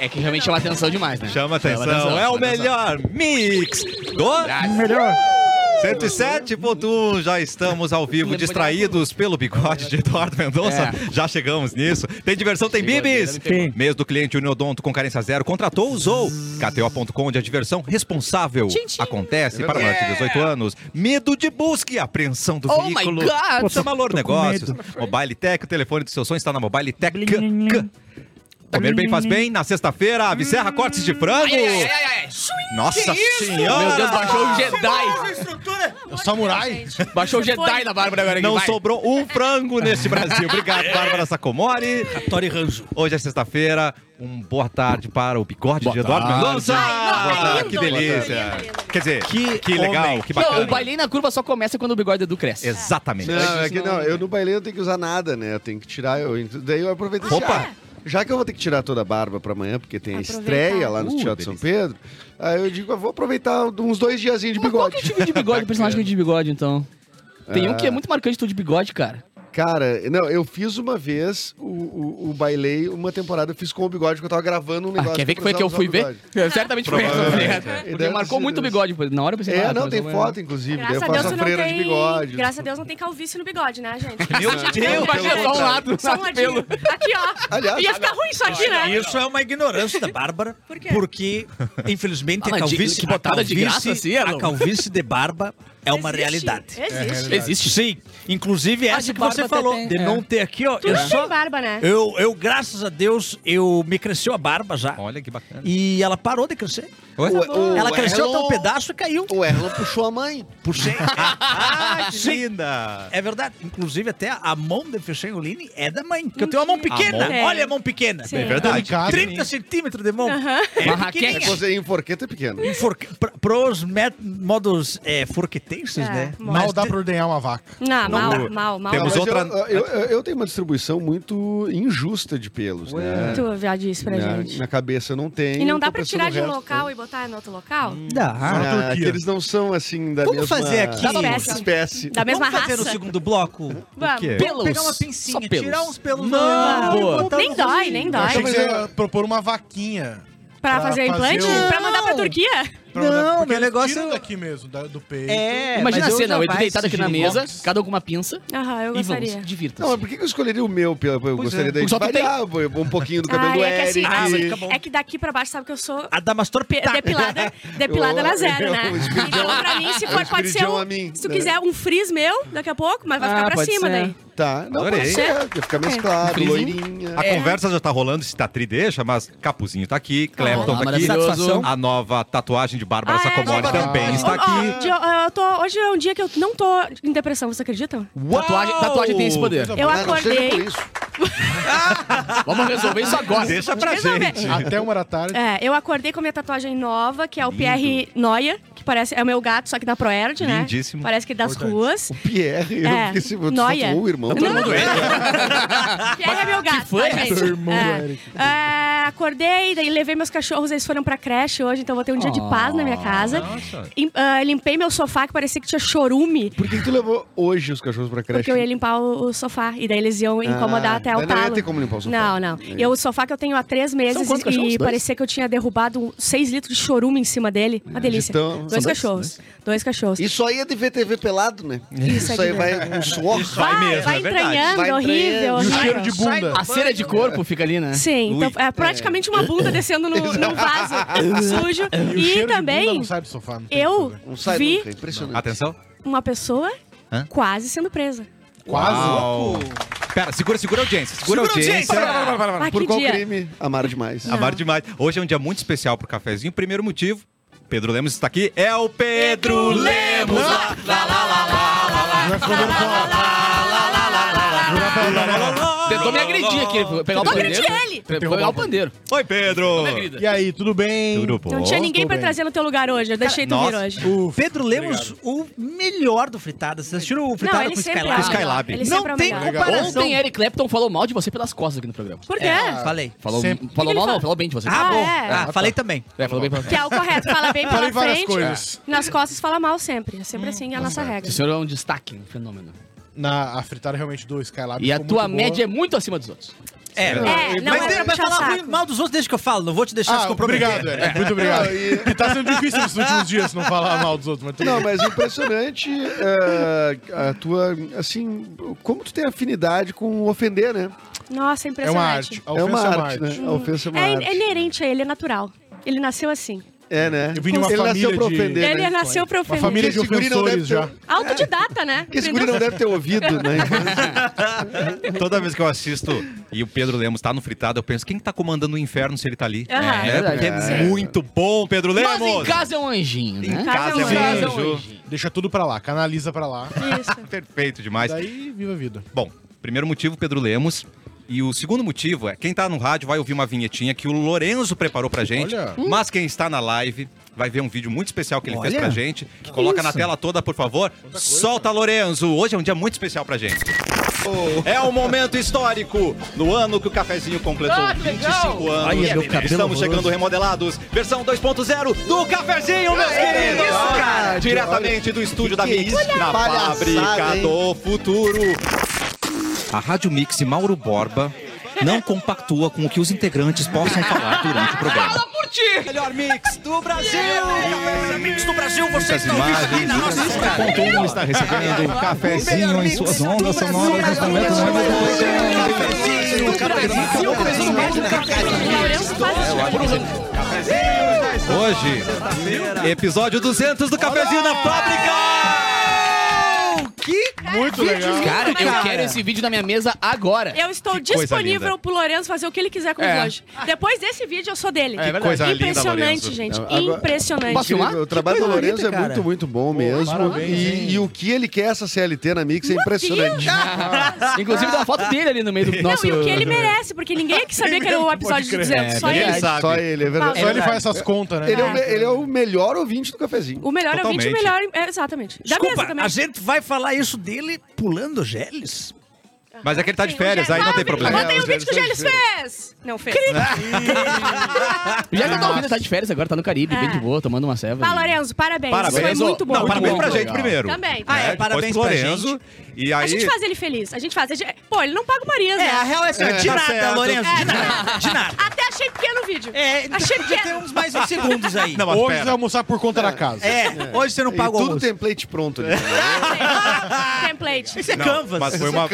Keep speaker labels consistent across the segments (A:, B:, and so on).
A: É que realmente chama atenção demais, né?
B: Chama atenção.
A: atenção,
B: é o
A: chama atenção.
B: melhor mix do
C: Melhor.
B: 107.1, já estamos ao vivo, distraídos pelo bigode de Eduardo Mendonça.
A: É.
B: Já chegamos nisso. Tem diversão, tem bibis.
C: Tem.
B: Mês do cliente Uniodonto com carência zero, contratou, usou. KTO.com, onde a diversão responsável acontece para maiores de 18 anos. Medo de busca e apreensão do
A: É. Oh my
B: veículo. é
A: God.
B: Pô, Chama Lor
C: Tô com
B: Negócios.
C: medo.
B: Mobile Tech, o telefone dos seus sonhos está na Mobile Tech.
C: Blim, blim.
B: Comer bem faz bem, na sexta-feira, a Vicerra Cortes de Frango.
A: Ai, ai, ai, ai.
B: Nossa Senhora!
A: Meu Deus, baixou o
D: Nossa
A: Jedi.
D: estrutura.
E: O samurai?
A: Baixou o Jedi da Bárbara agora aqui.
B: Não
A: vai.
B: sobrou um frango neste Brasil. Obrigado,
D: É.
B: Bárbara Sacomori.
E: Tori Ranjo.
B: Hoje é sexta-feira. Um boa tarde para o bigode de
E: Boa
B: Eduardo
E: tarde.
B: Mendonça.
D: Ai, não,
B: Boa tarde,
D: lindo,
B: que
D: lindo,
B: delícia.
D: lindo, lindo.
B: Quer dizer, que,
E: Que
B: legal,
E: homem.
B: que bacana.
A: Não, o bailei na curva só começa quando o bigode do Edu cresce.
B: Exatamente.
F: Não, é que não,
A: né?
F: eu no bailei não tenho que usar nada, né? Eu tenho que tirar. Eu, daí eu aproveitei e disse,
B: Opa!
F: "Ah, Já que eu vou ter que tirar toda a barba pra amanhã, porque tem a
D: Aproveitar.
F: estreia lá no
B: Uh,
F: Teatro São
B: delícia.
F: Pedro, aí eu digo, eu vou aproveitar uns dois diazinhos de
A: Mas qual que é o
F: bigode.
A: tipo de bigode, o personagem que é de bigode, então? Tem um que é muito marcante, tu de bigode, cara.
F: Cara, não, eu fiz uma vez o, o, o bailei, uma temporada eu fiz com o bigode, que eu tava gravando um
A: Ah,
F: negócio.
A: quer ver que foi
F: eu
A: que eu
F: precisava
A: fui
F: usar o
A: ver? É,
F: bigode.
A: Certamente foi essa, tá ligado?
F: Provavelmente.
A: Porque marcou muito o bigode. Na hora eu pensei,
F: É,
A: ah,
F: não, tem
A: mas-
F: foto, inclusive. Daí eu
D: Graças a
F: faço
D: Deus
F: a
D: tu não
F: freira
D: tem.
F: de bigode.
D: Graças a Deus não tem calvície no bigode, né, gente?
B: Meu
D: Gente,
B: Deus,
D: não,
A: imagina só um lado.
D: Só um ladinho. Aqui, ó.
F: Aliás,
D: Ia ficar ruim isso aqui, né?
E: Isso é uma ignorância da Bárbara.
D: Por quê?
E: Porque, infelizmente,
A: Ah,
E: a
A: mas de-
E: calvície,
A: que botada
E: a
A: de
E: calvície-
A: graça, assim, é
E: a
A: louco.
E: calvície de barba é uma
D: Existe,
E: realidade. É.
D: Existe.
A: Existe.
E: Sim, inclusive essa
A: Acho que
E: que você
A: barba
E: falou,
A: até tem,
E: de
A: é.
E: não ter aqui, ó.
D: Tu
E: eu
D: não
E: só-
D: tem barba, né?
E: Eu, eu, graças a Deus, eu me cresceu a barba já.
B: Olha que bacana.
E: E ela parou de crescer.
B: Ué?
F: O- o
E: ela cresceu até um
F: Erlon-
E: pedaço e caiu.
F: O Erlon puxou a mãe.
E: Puxei.
B: Ah, que linda!
E: É verdade. Inclusive, até a mão de Fechengolini é da mãe. Porque eu tenho uma mão pequena.
B: A
D: mão-
E: Olha a mão pequena.
D: Sim. É
B: verdade.
E: Delicado. 30 centímetros de mão.
A: Uma raquete.
E: É
F: É
E: pequenininha.
F: coisa em forqueta é pequeno.
E: Forque- pra- Pros met- modos é, forquetenses,
D: É,
E: né?
D: modos.
E: Mas
D: Mal
E: te-
G: Mal dá pra ordenhar uma vaca.
D: Não, mal,
B: Vamos-
D: mal, mal.
B: Temos
F: Ah, Mas
B: outra-
F: Eu, eu- eu- eu tenho uma distribuição muito injusta de pelos, né?
D: Tu já disse pra
F: Na,
D: gente.
F: na cabeça eu não tenho.
D: E não dá
F: tô
D: pra
F: pensando
D: tirar
F: no
D: de um
F: resto,
D: local
F: né?
D: e botar em outro local?
E: Hum. Dá.
G: na
F: Ah,
G: Turquia.
F: que eles não são assim da
E: Vamos
F: mesma
E: fazer aqui-
F: da mesma
D: Espécie.
F: espécie.
D: Da mesma
E: Vamos fazer
D: raça?
E: no segundo bloco?
D: Vamos.
B: quê?
A: Pelos.
E: Pegar uma
A: Só
E: pincinha,
A: pelos.
E: tirar uns pelos. Tá
A: Não,
E: do-
A: boa.
E: botar
D: Nem
E: no-
D: dói, nem
G: Eu
D: dói.
G: achei que você ia propor uma vaquinha.
D: Pra
G: pra
D: fazer
G: fazer
D: implante?
G: o-
D: Pra mandar pra Turquia?
G: Pra
E: Não,
G: mandar- porque
E: meu
G: eles
E: negócio
G: tiram
E: é-
G: daqui mesmo, da- do peito.
E: É,
A: Imagina a
E: mas eu
A: cena,
E: já
A: o Edu
E: vai
A: deitado aqui na
E: sigilinox.
A: mesa, cada um com uma pinça.
D: Aham, eu
A: E vamos,
D: gostaria.
F: Não, mas
A: divirta-se.
F: por que que eu escolheria o meu? pelo- Eu gostaria daí
A: Porque
F: de
A: só tu tem-
F: variar um um pouquinho do cabelo
D: Ai,
F: do
D: é que assim,
F: Eric.
E: Ah, mas fica bom.
D: É que daqui pra baixo sabe que eu sou
E: A Damastor tá-
D: pe- depilada, depilada
F: Eu-
D: na zero, né?
F: eu- o espiridião-
D: Então, pra mim, se
F: o
D: for, pode ser
F: espiridião
D: um.
F: a mim,
D: se tu
F: né?
D: quiser um frizz meu daqui a pouco, mas vai
A: Ah,
D: ficar pra
A: pode
D: cima
A: ser.
D: daí.
F: Tá, não,
B: Adorei.
F: pode ser, porque
D: É.
F: fica mesclado,
A: Frisinho.
F: loirinha.
B: A conversa já tá rolando, se tá tri deixa, mas Capuzinho tá aqui, Clapton
A: Olá,
B: tá aqui.
A: maravilhoso.
B: A nova tatuagem de Bárbara
D: Ah, é,
B: Sacomori
D: nova
B: também
D: Ó,
A: tá
B: está
D: ó,
B: aqui.
D: de- ó, eu tô- hoje é um dia que eu não tô em depressão, vocês acreditam?
A: Tatuagem, tatuagem tem esse poder.
G: Coisa
D: Eu
G: boa.
F: Ah, não seja por
D: acordei.
F: isso.
A: Vamos resolver isso agora.
B: Deixa pra
D: Resolve.
B: gente.
G: Até uma da tarde.
D: É, eu acordei com a minha tatuagem nova, que é o Pierre Noia, que parece. É o meu gato, só que da Proerd, né?
B: Lindíssimo.
D: Parece que das
G: Importante.
D: ruas.
F: O Pierre,
D: É,
F: eu fiquei se você
D: noia.
F: tatuou o irmão. tá
A: Todo mundo é.
D: Pierre é meu gato.
A: foi
D: tá,
A: essa?
D: gente? É. É, acordei, daí levei meus cachorros, eles foram pra creche hoje, então vou ter um dia de paz na minha casa. Im- ah, limpei meu sofá, que parecia que tinha chorume.
F: Por que que tu levou hoje os cachorros pra creche?
D: Porque eu ia limpar o, o sofá. E daí eles iam incomodar até o
F: daí não ia
D: talo.
F: ter como limpar o sofá. É.
D: Não, não.
F: Aí.
D: Eu, o sofá que eu tenho há três meses
A: quantos cachorros?
D: e
A: Dois?
D: parecia que eu tinha derrubado 6 litros de chorume em cima dele. Uma delícia.
F: então,
D: dois,
F: são dois?
D: cachorros. Dois, cachorros.
F: Isso aí é de ver TV pelado, né?
D: Isso
F: Isso,
D: é de
F: aí
D: ver.
F: vai com suor.
D: vai,
B: mesmo,
D: vai
B: é verdade.
D: entranhando,
F: Vai
D: horrível, né?
F: entranhando.
G: E o
D: horrível.
G: cheiro de bunda.
A: A cera de corpo fica ali, né?
D: Sim, então
B: Ui.
D: é praticamente uma bunda descendo no, num vaso sujo.
G: o
D: E,
G: cheiro de bunda
D: também
G: não sai do sofá. não tem o
D: eu
G: que fazer.
F: Não sai
D: vi
F: nunca, é impressionante.
B: Atenção.
D: uma pessoa
B: Hã?
D: quase sendo presa.
G: Quase.
B: Uau. Pera, segura, segura a audiência. Segura, a
E: Segura a
B: audiência.
D: Ah,
F: Por
D: que
F: qual
D: dia. Ah.
F: crime? Amar demais.
B: Amar demais. Hoje é um dia muito especial pro cafezinho. Primeiro motivo, Pedro Lemos está aqui. É o Pedro Lemos! Lá, lá, lá, lá, lá, lá, lá,
G: Não é quando eu falo.
B: lá, lá, lá,
A: Tentou me
B: lá,
A: agredir
B: lá, lá.
A: aqui, pegar o
D: Não
A: pandeiro.
D: agredi ele!
G: um
A: Pegar o pandeiro.
B: Oi, Pedro!
A: agrida.
G: E aí, tudo bem?
B: Tudo bom?
D: Não tinha ninguém
G: tô
D: pra
G: bem.
D: trazer no teu lugar hoje. Eu deixei tu vir
B: nossa.
D: hoje.
E: O Pedro Lemos, o melhor do Fritada. Vocês assistiram o Fritada
D: ele
E: com o
D: sempre
E: Skylab?
D: é o melhor.
B: Skylab.
D: Ele
E: Não
D: sempre é o
E: tem
D: melhor.
E: comparação.
A: Ontem Eric Clapton falou mal de você pelas costas aqui no programa.
D: Por quê?
E: É, falei.
A: Falou, falou
G: Sempre.
D: Que que ele
A: mal,
D: fala?
A: não, falou bem de você.
E: Ah,
D: Ah,
E: bom.
D: é?
E: Ah, falei também.
A: É, falou bem pra
D: Que é o correto, fala bem pela
G: Falei várias
D: frente.
G: coisas.
D: Nas costas fala mal sempre. É sempre assim, é a nossa
A: O
D: regra.
A: senhor é um destaque, um fenômeno.
G: na, a fritada realmente do Skylab.
A: E a
G: ficou
A: tua
G: muito boa.
A: média é muito acima dos outros.
E: É,
D: É, não
E: mas
D: é
E: de-
D: pra
E: mas
D: puxar
E: falar
D: saco.
E: ruim, mal dos outros desde que eu falo, não vou te deixar se
G: Ah,
E: comprometer.
G: obrigado,
F: É.
G: Eric. Muito obrigado.
F: e-
G: E tá sendo difícil nos últimos dias não falar mal dos outros, mas tudo
F: Não,
G: bem.
F: mas impressionante é, a tua, assim, como tu tem afinidade com ofender, né?
D: Nossa,
G: É uma
D: impressionante.
G: arte. A
F: é uma
G: ofensa é uma
F: arte,
G: arte.
F: né? A ofensa é uma
D: É, in-
F: arte.
D: é inerente a ele, é natural. Ele nasceu assim.
F: É, né?
G: Eu vim de uma
F: Ele
G: família
F: nasceu pra
G: de-
F: ofender,
D: Ele
F: né?
D: nasceu pra
G: Uma
D: ofender.
G: família de
F: Esse guri não deve
G: ofensores já.
F: ter-
D: Autodidata, né?
F: Esse
D: Aprendeu
F: guri não deve ter ouvido, né?
B: Toda vez que eu assisto e o Pedro Lemos tá no fritado, eu penso, quem tá comandando o inferno se ele tá ali?
D: Aham.
B: É, porque é muito bom, Pedro
A: Mas em
B: Lemos!
A: casa é um anjinho, né?
B: Em
D: casa
B: é
D: é um
B: um
A: anjo.
B: anjo.
G: Deixa tudo pra lá, canaliza pra lá.
D: Isso.
B: Perfeito demais.
G: Daí, viva a vida.
B: Bom, primeiro motivo, Pedro Lemos. E o segundo motivo é, quem tá no rádio vai ouvir uma vinhetinha que o Lorenzo preparou pra gente.
G: Olha.
A: Hum?
B: Mas quem está na live vai ver um vídeo muito especial que ele fez
E: Olha.
B: pra gente. Coloca na tela toda, por favor. Solta, Lorenzo! Hoje é um dia muito especial pra gente.
E: Oh.
B: É um momento histórico no ano que o cafezinho completou
A: Ah, que legal.
B: 25 anos.
E: Ai, meu cabelo
B: Estamos
E: horroroso.
B: chegando remodelados. Versão 2.0 do cafezinho, meus queridos!
E: isso, cara?
B: Diretamente do estúdio da Mix, na
F: Palhaçada,
B: fábrica
F: hein?
B: do futuro. A Rádio Mix e Mauro Borba não compactua com o que os integrantes possam falar durante o programa.
A: Por ti!
B: Melhor mix do Brasil!
E: Amigos do Brasil, então. vocês
B: Essas
E: estão vivos aqui
B: imagens,
E: na nossa história.
B: Ponto está recebendo um cafezinho em suas ondas sonoras neste momento.
D: Lourenço faz
B: É,
D: isso.
B: Hoje, episódio 200 do Cafezinho na Fábrica! é
G: Muito legal.
A: Cara, é? eu
E: Cara.
A: quero esse vídeo na minha mesa agora.
D: Eu estou
B: Que coisa linda.
D: disponível pro Lourenço fazer o que ele quiser comigo
A: É.
D: hoje. Depois desse vídeo, eu sou dele.
B: É, verdade. coisa linda,
D: Impressionante,
B: Lourenço.
D: gente.
F: Agora-
D: Impressionante.
A: Posso filmar?
F: O trabalho do
E: coisa bonita,
F: Lourenço é
E: cara.
F: muito, muito bom mesmo.
G: parabéns, hein?
F: e, e o que ele quer é essa CLT na Mix é impressionante.
A: Inclusive, dá uma foto dele ali no meio do
D: Não,
A: nosso...
D: e o que ele merece, porque ninguém que sabia que era o
G: Pode
D: episódio de
G: crer.
D: 200, só
A: É,
D: ele.
B: Ele sabe.
F: Só ele, é verdade.
G: Só ele faz essas contas, né?
F: Ele é, o, me- ele é o melhor ouvinte do cafezinho.
D: O melhor ouvinte, o
B: Totalmente.
D: melhor... é, exatamente. Da mesa
E: Desculpa,
D: também.
E: a gente vai falar isso dele pulando geles?
B: Mas é que ele tá de
D: O
B: férias,
D: Gé-
B: aí não
D: Ah,
B: tem
D: vi-
B: problema.
D: Botei
F: É,
D: o
F: os
D: vídeo que o
F: velhos
D: Gélis
F: são
D: fez! Não fez.
A: Já que eu tô ouvindo, tá de férias agora, tá no Caribe,
D: É.
A: bem de boa, tomando uma ceva.
D: Ah, Lourenço, parabéns.
B: Parabéns.
D: Foi muito bom.
B: Não, parabéns
A: bom,
B: pra
A: muito
B: gente
A: legal.
B: primeiro.
D: Também.
E: Ah, é,
B: Depois
E: parabéns
B: pro
E: pra
B: Lorenzo.
E: gente.
B: E aí...
D: A gente faz ele feliz. A gente faz. A gente- Pô, ele não paga o Marias,
E: É,
D: né?
E: a real é assim, ó, de
B: tá
E: nada,
B: certo.
E: Lourenço, É, de nada, de nada.
D: Até achei pequeno o vídeo.
E: É,
D: então,
B: então,
D: achei
E: já tem
D: pequeno.
E: uns mais uns segundos aí.
B: Não, mas
G: Hoje
B: pera.
G: vai almoçar por conta da casa.
E: É, hoje você não
F: E
E: paga o
F: tudo
E: almoço.
F: template pronto ali.
D: Template.
E: Isso é
B: Não,
E: canvas.
B: Mas foi uma,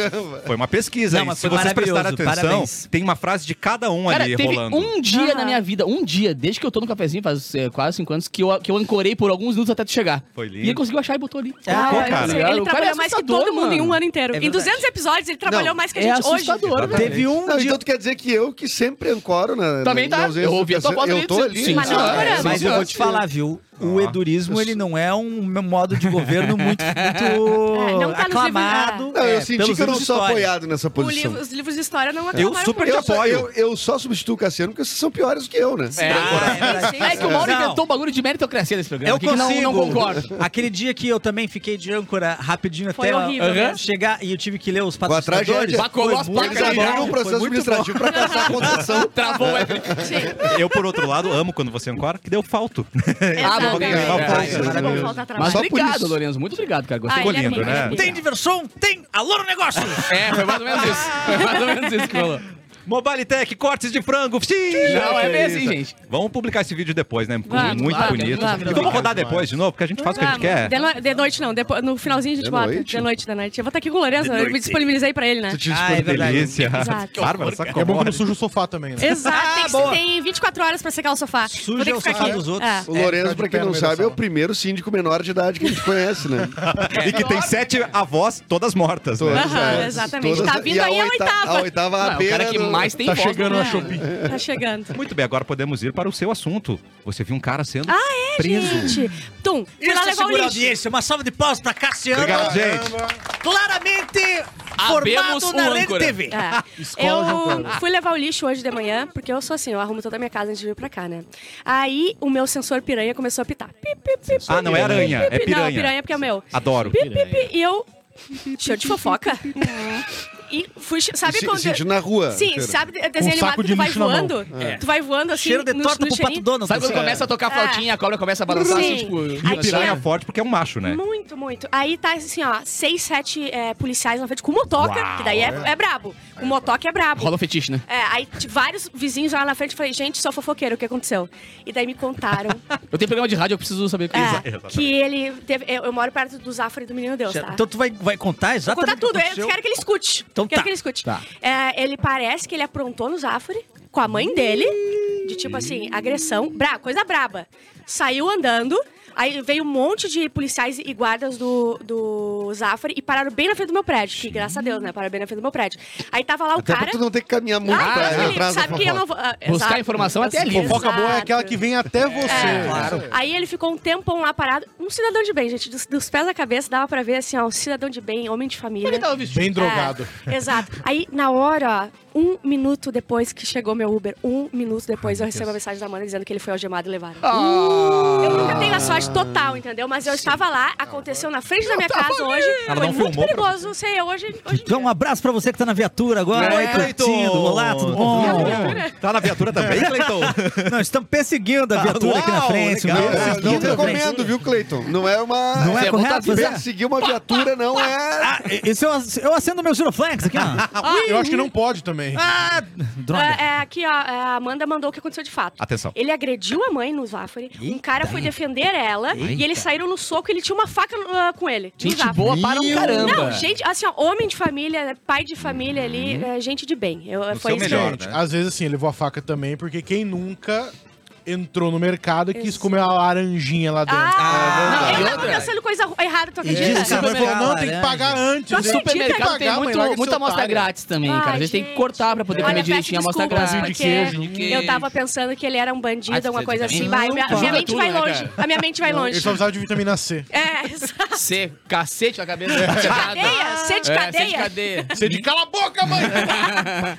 B: foi uma pesquisa,
E: Não,
B: hein?
E: mas
B: Se
E: foi
B: vocês prestaram
E: maravilhoso,
B: atenção,
E: parabéns.
B: tem uma frase de cada um
A: Cara,
B: ali
A: teve
B: rolando.
A: um dia
D: Aham.
A: na minha vida, um dia, desde que eu tô no cafezinho, faz eh, quase cinco anos, que eu, que eu ancorei por alguns minutos até tu chegar.
B: Foi lindo.
A: E ele conseguiu achar e botou ali.
E: Ah,
D: Ah,
B: Pô,
D: eu
B: cara.
D: sei, Ele
A: O cara
D: trabalhou
A: é
D: mais que
A: assustador,
D: todo mundo em um
A: mano.
D: ano inteiro.
E: É
D: em 200
E: verdade.
D: episódios, ele trabalhou
F: Não,
D: mais que a
A: É
D: gente hoje.
A: assustador, velho.
E: Teve um
F: Não,
E: dia...
F: então tu quer dizer que eu que sempre ancoro na.
A: Também
F: na
A: tá.
F: ausência
A: Eu ouvi
F: do
A: a tua
F: terceiro-
A: voz
F: Eu
A: ali,
F: tô
A: sim,
F: ali.
A: sim.
D: Mas não,
F: Ah,
D: cara,
F: sim,
E: Mas
F: sim.
E: eu vou te falar, viu? O edurismo, ele não é um modo de governo muito,
D: É,
E: muito
D: não tá nos
E: aclamado.
D: livros-
F: Não, eu
E: é,
F: senti
E: pelos
F: que eu não
E: livros de
F: sou
E: história.
F: apoiado nessa
D: O
F: posição.
D: livro- os livros de história não
B: Eu
D: atrapalharam
B: super
D: muito.
B: te
F: Eu só,
B: apoio.
F: eu, eu só substituo o Cassiano porque vocês são piores que eu, né?
E: Ah,
D: É,
E: verdade.
A: É que o Mauro
E: Não.
A: inventou um bagulho de meritocracia nesse programa.
E: Eu
A: aqui que não-
E: consigo.
A: Não, concordo.
E: Aquele dia que eu também fiquei de âncora rapidinho
D: Foi
E: até
D: horrível,
E: aham,
A: né?
E: chegar e eu tive que ler os
F: a
E: patrocinadores.
F: tragédia.
A: Bacolou as
E: muito
A: placas
F: Eles
A: da
E: bom,
F: abriram um
E: foi
F: processo
E: muito
F: administrativo pra caçar a concessão.
A: Travou é. o Epic.
B: Eu, por outro lado, amo quando você ancora, que deu falto.
A: Ah,
D: Exatamente.
A: obrigado.
D: É,
E: Maravilhoso.
D: não falta trabalho.
A: Mas
F: Só por
A: obrigado,
F: isso.
A: Lorenzo. Muito obrigado, cara. Gostei.
D: Ah, ele é
B: lindo,
D: pica,
B: né?
D: ele é
E: Tem
D: pica.
E: diversão? Tem! Alô no negócio!
A: É, foi mais ou menos isso. Foi mais ou menos isso que falou.
B: Mobile Tech, cortes de frango. Sim!
A: Não, é bem assim, gente.
B: Vamos publicar esse vídeo depois, né? Ficou
D: Vamos,
B: muito
A: vamos,
B: bonito.
A: vamos.
B: e vamos rodar depois de novo, porque a gente faz o que a gente
D: Vamos.
B: quer.
D: De, no- de noite não, depois, no finalzinho a gente
F: De
D: bota.
F: noite?
D: De noite, da noite. Eu vou estar aqui com o Lourenço,
E: De
D: eu me
E: noite.
D: disponibilizei pra ele, né?
F: Tu te
E: Ah, é verdade.
B: Delícia.
D: Exato.
B: tipo Bárbara, só
G: É bom quando
B: comode.
G: suja o sofá também, né?
D: Exato, tem,
E: Ah,
D: que-
E: boa.
D: tem 24 horas pra secar o sofá. Vou ter
E: Suja
D: que
E: o
D: ficar
E: sofá
D: aqui.
E: dos outros.
D: É.
F: O Lourenço,
G: tá
F: pra quem
G: de pé
F: não
G: no meio da
F: sabe, é o
G: sala.
F: primeiro síndico menor de idade que a gente conhece, né?
B: E que tem sete avós, todas mortas. Né?
D: Aham,
F: as-
D: exatamente. Tá
F: e
D: vindo aí a
F: oita-
D: oitava.
F: A oitava à
A: Não, é o
F: beira
A: cara que
F: do-
A: mais tem
G: Tá
A: voz.
G: chegando
A: né?
G: a Shopee.
D: Tá chegando.
B: Muito bem, agora podemos ir para o seu assunto. Você viu um cara sendo
D: Ah,
B: preso.
D: é, Gente, Tum, fui lá
E: Isso é
D: levar o
E: segura
D: lixo.
E: audiência. Uma salva de palmas pra Cassiano.
B: Obrigado, gente.
E: Claramente
A: Abemos
E: formado na
A: o
E: Rede
A: âncora.
E: TV.
D: É.
G: Escola,
D: Eu fui levar o lixo hoje de manhã, porque eu sou assim, eu arrumo toda a minha casa antes de vir pra cá, né? Aí o meu sensor piranha começou a pitar. Pi, pi, pi,
B: Ah, não é aranha, é
D: pi, pi.
B: piranha.
D: Não, piranha porque é o meu.
B: Adoro.
D: Pi, pi, pi. E eu. Cheiro de fofoca. E fui, che- sabe
F: Se-
D: quando.
F: sentindo na rua.
D: Sim,
F: inteira.
D: sabe de- desenho
G: saco
D: animado que
G: de
D: tu vai
G: lixo na mão.
D: voando? Tu vai voando assim.
E: Cheiro de
D: no-
E: torta
D: no
E: pro pato
D: cheirinho?
E: dono.
A: Sabe quando começa a tocar a
D: Ah.
A: flautinha, a cobra começa a balançar assim,
D: Sim.
A: tipo.
B: E
D: Aí
B: o piranha é
D: tinha-
B: forte porque é um macho, né?
D: Muito, muito. Aí tá assim, ó, seis, sete é, policiais na frente com motoca,
B: Uau.
D: que daí é, é brabo. O motoca é brabo.
A: Rola o fetiche, né?
D: É, aí t- vários vizinhos lá na frente, eu falei, gente, só fofoqueiro, o que aconteceu? E daí me contaram
A: Eu tenho programa de rádio, eu preciso saber o que é.
D: é,
A: isso.
D: que ele teve... Eu, eu moro perto do Zafra e do Menino Deus, tá?
E: Então tu vai, vai contar
D: Vou
E: exatamente
D: contar tudo,
E: tá
A: é,
E: o
D: eu
E: que aconteceu?
D: quero que ele escute.
E: Então
D: quero
E: tá,
D: que ele escute.
E: tá.
D: É, ele parece que ele aprontou no Zafari com a mãe dele, de tipo assim, agressão, bra coisa braba. Saiu andando, aí veio um monte de policiais e guardas do, do Zafari e pararam bem na frente do meu prédio. Que graças a Deus, né? Pararam bem na frente do meu prédio. Aí tava lá o
F: Até
D: cara.
F: pra tu não ter que caminhar muito
D: Ah,
F: pra
D: Deus me livre,
F: atrás da
D: sabe que eu
F: fofoca.
D: não vou. ah,
A: Buscar
D: exato.
A: informação até ali.
G: Fofoca boa é
D: Exato.
G: aquela que vem até você. né?
E: Claro.
D: Aí ele ficou um tempão lá parado, um cidadão de bem, gente. Dos, dos pés à cabeça dava pra ver assim, ó, um cidadão de bem, homem de família.
A: Ele tava vestido.
G: Bem tá drogado.
D: É, exato. Aí, na hora, ó, um minuto depois que chegou meu Uber, um minuto depois eu recebo a mensagem da Amanda dizendo que ele foi algemado e levado.
G: Ah!
D: Eu nunca tenho a sorte total, entendeu? Mas eu estava lá, aconteceu na frente da minha casa hoje.
B: Ela
D: foi
B: não
D: muito
B: filmou pra
D: perigoso, não sei, hoje. hoje em
E: Então, um
D: dia.
E: abraço pra você que tá na viatura agora.
B: Oi,
E: aí,
B: Cleiton.
E: curtindo. Olá, tudo bom?
B: Tá na viatura? Tá na viatura também, Cleiton?
E: Não, estamos perseguindo
D: Ah,
E: a viatura aqui na
B: Uau,
E: frente.
B: legal.
E: uma
B: É,
F: Ah,
E: perseguindo
F: Não
E: na frente.
F: recomendo, viu, Cleiton? Não é uma.
E: Não
A: Você
E: é
A: é
E: correto?
A: vontade de
E: Você...
F: Perseguir uma viatura não é.
E: Ah, isso eu, ac- eu acendo meu giroflex aqui, ó.
G: Ah, Eu acho que não pode também.
E: ah, droga.
D: É, é, aqui, ó, é, a Amanda mandou o que aconteceu de fato.
B: Atenção.
D: Ele agrediu a mãe no Zafari, um cara foi defender ela e eles saíram no soco e ele tinha uma faca ah, com ele. no
A: Gente
D: Zafari.
A: boa para um
G: Meu-
A: caramba.
D: Não, gente, assim, ó, homem de família, né, pai de família ali,
A: Uhum.
D: é, gente de bem. Eu, foi
B: seu
D: isso que
B: melhor.
D: eu...
G: Gente,
B: né?
G: às vezes assim, ele levou a faca também, porque quem nunca entrou no mercado e quis comer uma laranjinha lá dentro.
D: Ah,
A: É verdade.
D: eu
A: E
D: tava
A: outra-
D: pensando coisa ru- errada, tu
E: E diz
D: acredita?
E: que-
G: Ele falou, não, tem que
E: Laranja.
G: pagar antes. né?
D: Mas
G: hein?
D: acredita?
A: Supermercado tem
G: mãe,
A: muito,
G: larga de
A: muita
G: ser
A: amostra
G: otário.
A: grátis também,
D: Ai,
A: cara. Às vezes tem que
D: gente.
A: cortar pra poder
D: Olha,
A: comer
D: peço
A: direitinho a amostra
D: desculpas,
A: grátis.
D: porque
A: de
D: Eu tava pensando que ele era um
A: Ah,
D: bandido,
A: você
D: alguma coisa
A: também?
D: assim. Vai,
A: Não,
D: minha,
A: cara.
D: minha mente
A: Tudo,
D: vai
A: né,
D: longe.
A: cara?
D: A minha mente vai
G: Ele
D: longe.
G: só precisava de vitamina C.
D: É, exato.
A: C, cacete na cabeça.
D: Cadeia, C de
A: É, C de
D: cadeia.
A: cadeia.
G: Você de cala É a boca, mãe!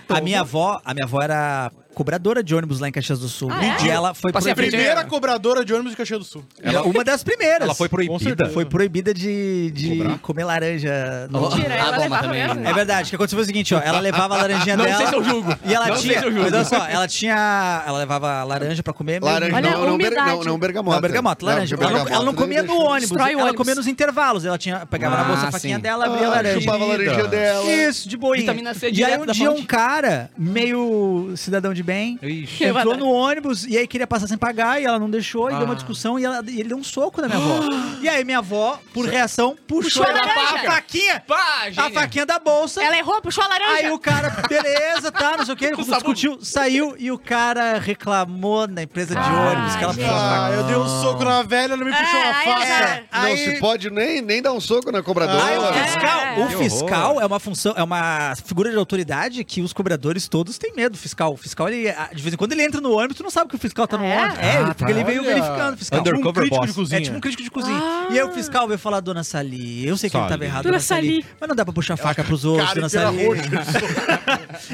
E: A minha avó, a minha avó era cobradora de ônibus lá em Caxias do Sul.
D: Ah, é?
E: E ela foi
A: Passei a
E: proibida.
G: Primeira cobradora de ônibus de Caxias do Sul.
E: Ela- Uma das primeiras.
B: Ela foi proibida.
E: Foi proibida de, de comer laranja. no-
D: Mentira, ela
A: Ah, bom, mas
D: levava
A: também-
D: mesmo.
E: É verdade, o que aconteceu foi o seguinte, ó. Ela levava a laranjinha
A: Não
E: dela.
A: sei se eu julgo.
E: E ela
A: Não sei
E: tinha.
A: se eu julgo.
E: Mas olha só, ela tinha. Ela levava a laranja pra comer. mesmo.
F: Laranja,
D: Olha
F: não,
D: a
F: não, ber-
D: umidade.
F: não, não é bergamota.
E: Não, bergamota, é laranja.
F: porque
E: Ela não, ela não
F: bergamota
E: comia no
F: deixa-
E: ônibus.
D: Destrói o
E: Ela
D: ônibus.
E: comia nos intervalos. Ela tinha, pegava na bolsa
A: Ah,
E: a faquinha
A: sim.
E: dela, abria a
F: Ah,
E: laranja.
F: chupava a laranja dela.
E: Isso, de boinha.
A: Vitamina C
E: e aí
A: direto
E: um
A: da
E: dia
A: fonte.
E: um cara, meio cidadão de bem,
B: Ixi.
E: entrou no ônibus e aí queria passar sem pagar e ela não deixou e deu uma discussão e, ela- e ele deu um soco na minha avó. E aí minha avó, por reação, puxou,
D: Puxou a
E: ela pra-
D: laranja.
E: a faquinha,
A: Pá,
E: a
A: gênia.
E: faquinha da bolsa.
D: Ela errou, puxou a laranja.
E: Aí o cara, beleza, tá, não sei o que, ele
A: sabor.
E: discutiu, saiu e o cara reclamou na empresa de
D: Ah,
E: ônibus que ela
D: gente.
E: puxou a
G: Ah,
E: faca.
G: eu dei um soco na velha, ela me puxou
D: É,
G: uma
D: aí
G: faca.
D: ela-
E: É,
F: Não se pode nem, nem dar um soco na cobradora.
E: Aí Ah, o
D: É.
E: fiscal, o
B: Que
E: fiscal é uma função, é uma figura de autoridade que os cobradores todos têm medo. O fiscal, o fiscal ele, ah, de vez em quando ele entra no ônibus, tu não sabe que o fiscal tá no
D: Ah, é?
E: ônibus. É, porque ele veio
G: Olha.
E: verificando o fiscal.
B: Under-
G: Tipo um
B: Undercover
G: crítico
B: boss.
G: de
E: É
G: cozinha.
E: tipo um crítico de cozinha. E aí o fiscal veio falar, dona Sali, eu sei que ele
B: Sali.
E: tava errado,
D: Ah. Dona
E: dona Sali,
D: Sali.
E: mas não dá pra puxar faca pros outros,
G: Cara,
E: dona
G: inteira
E: Sali.
G: roxa.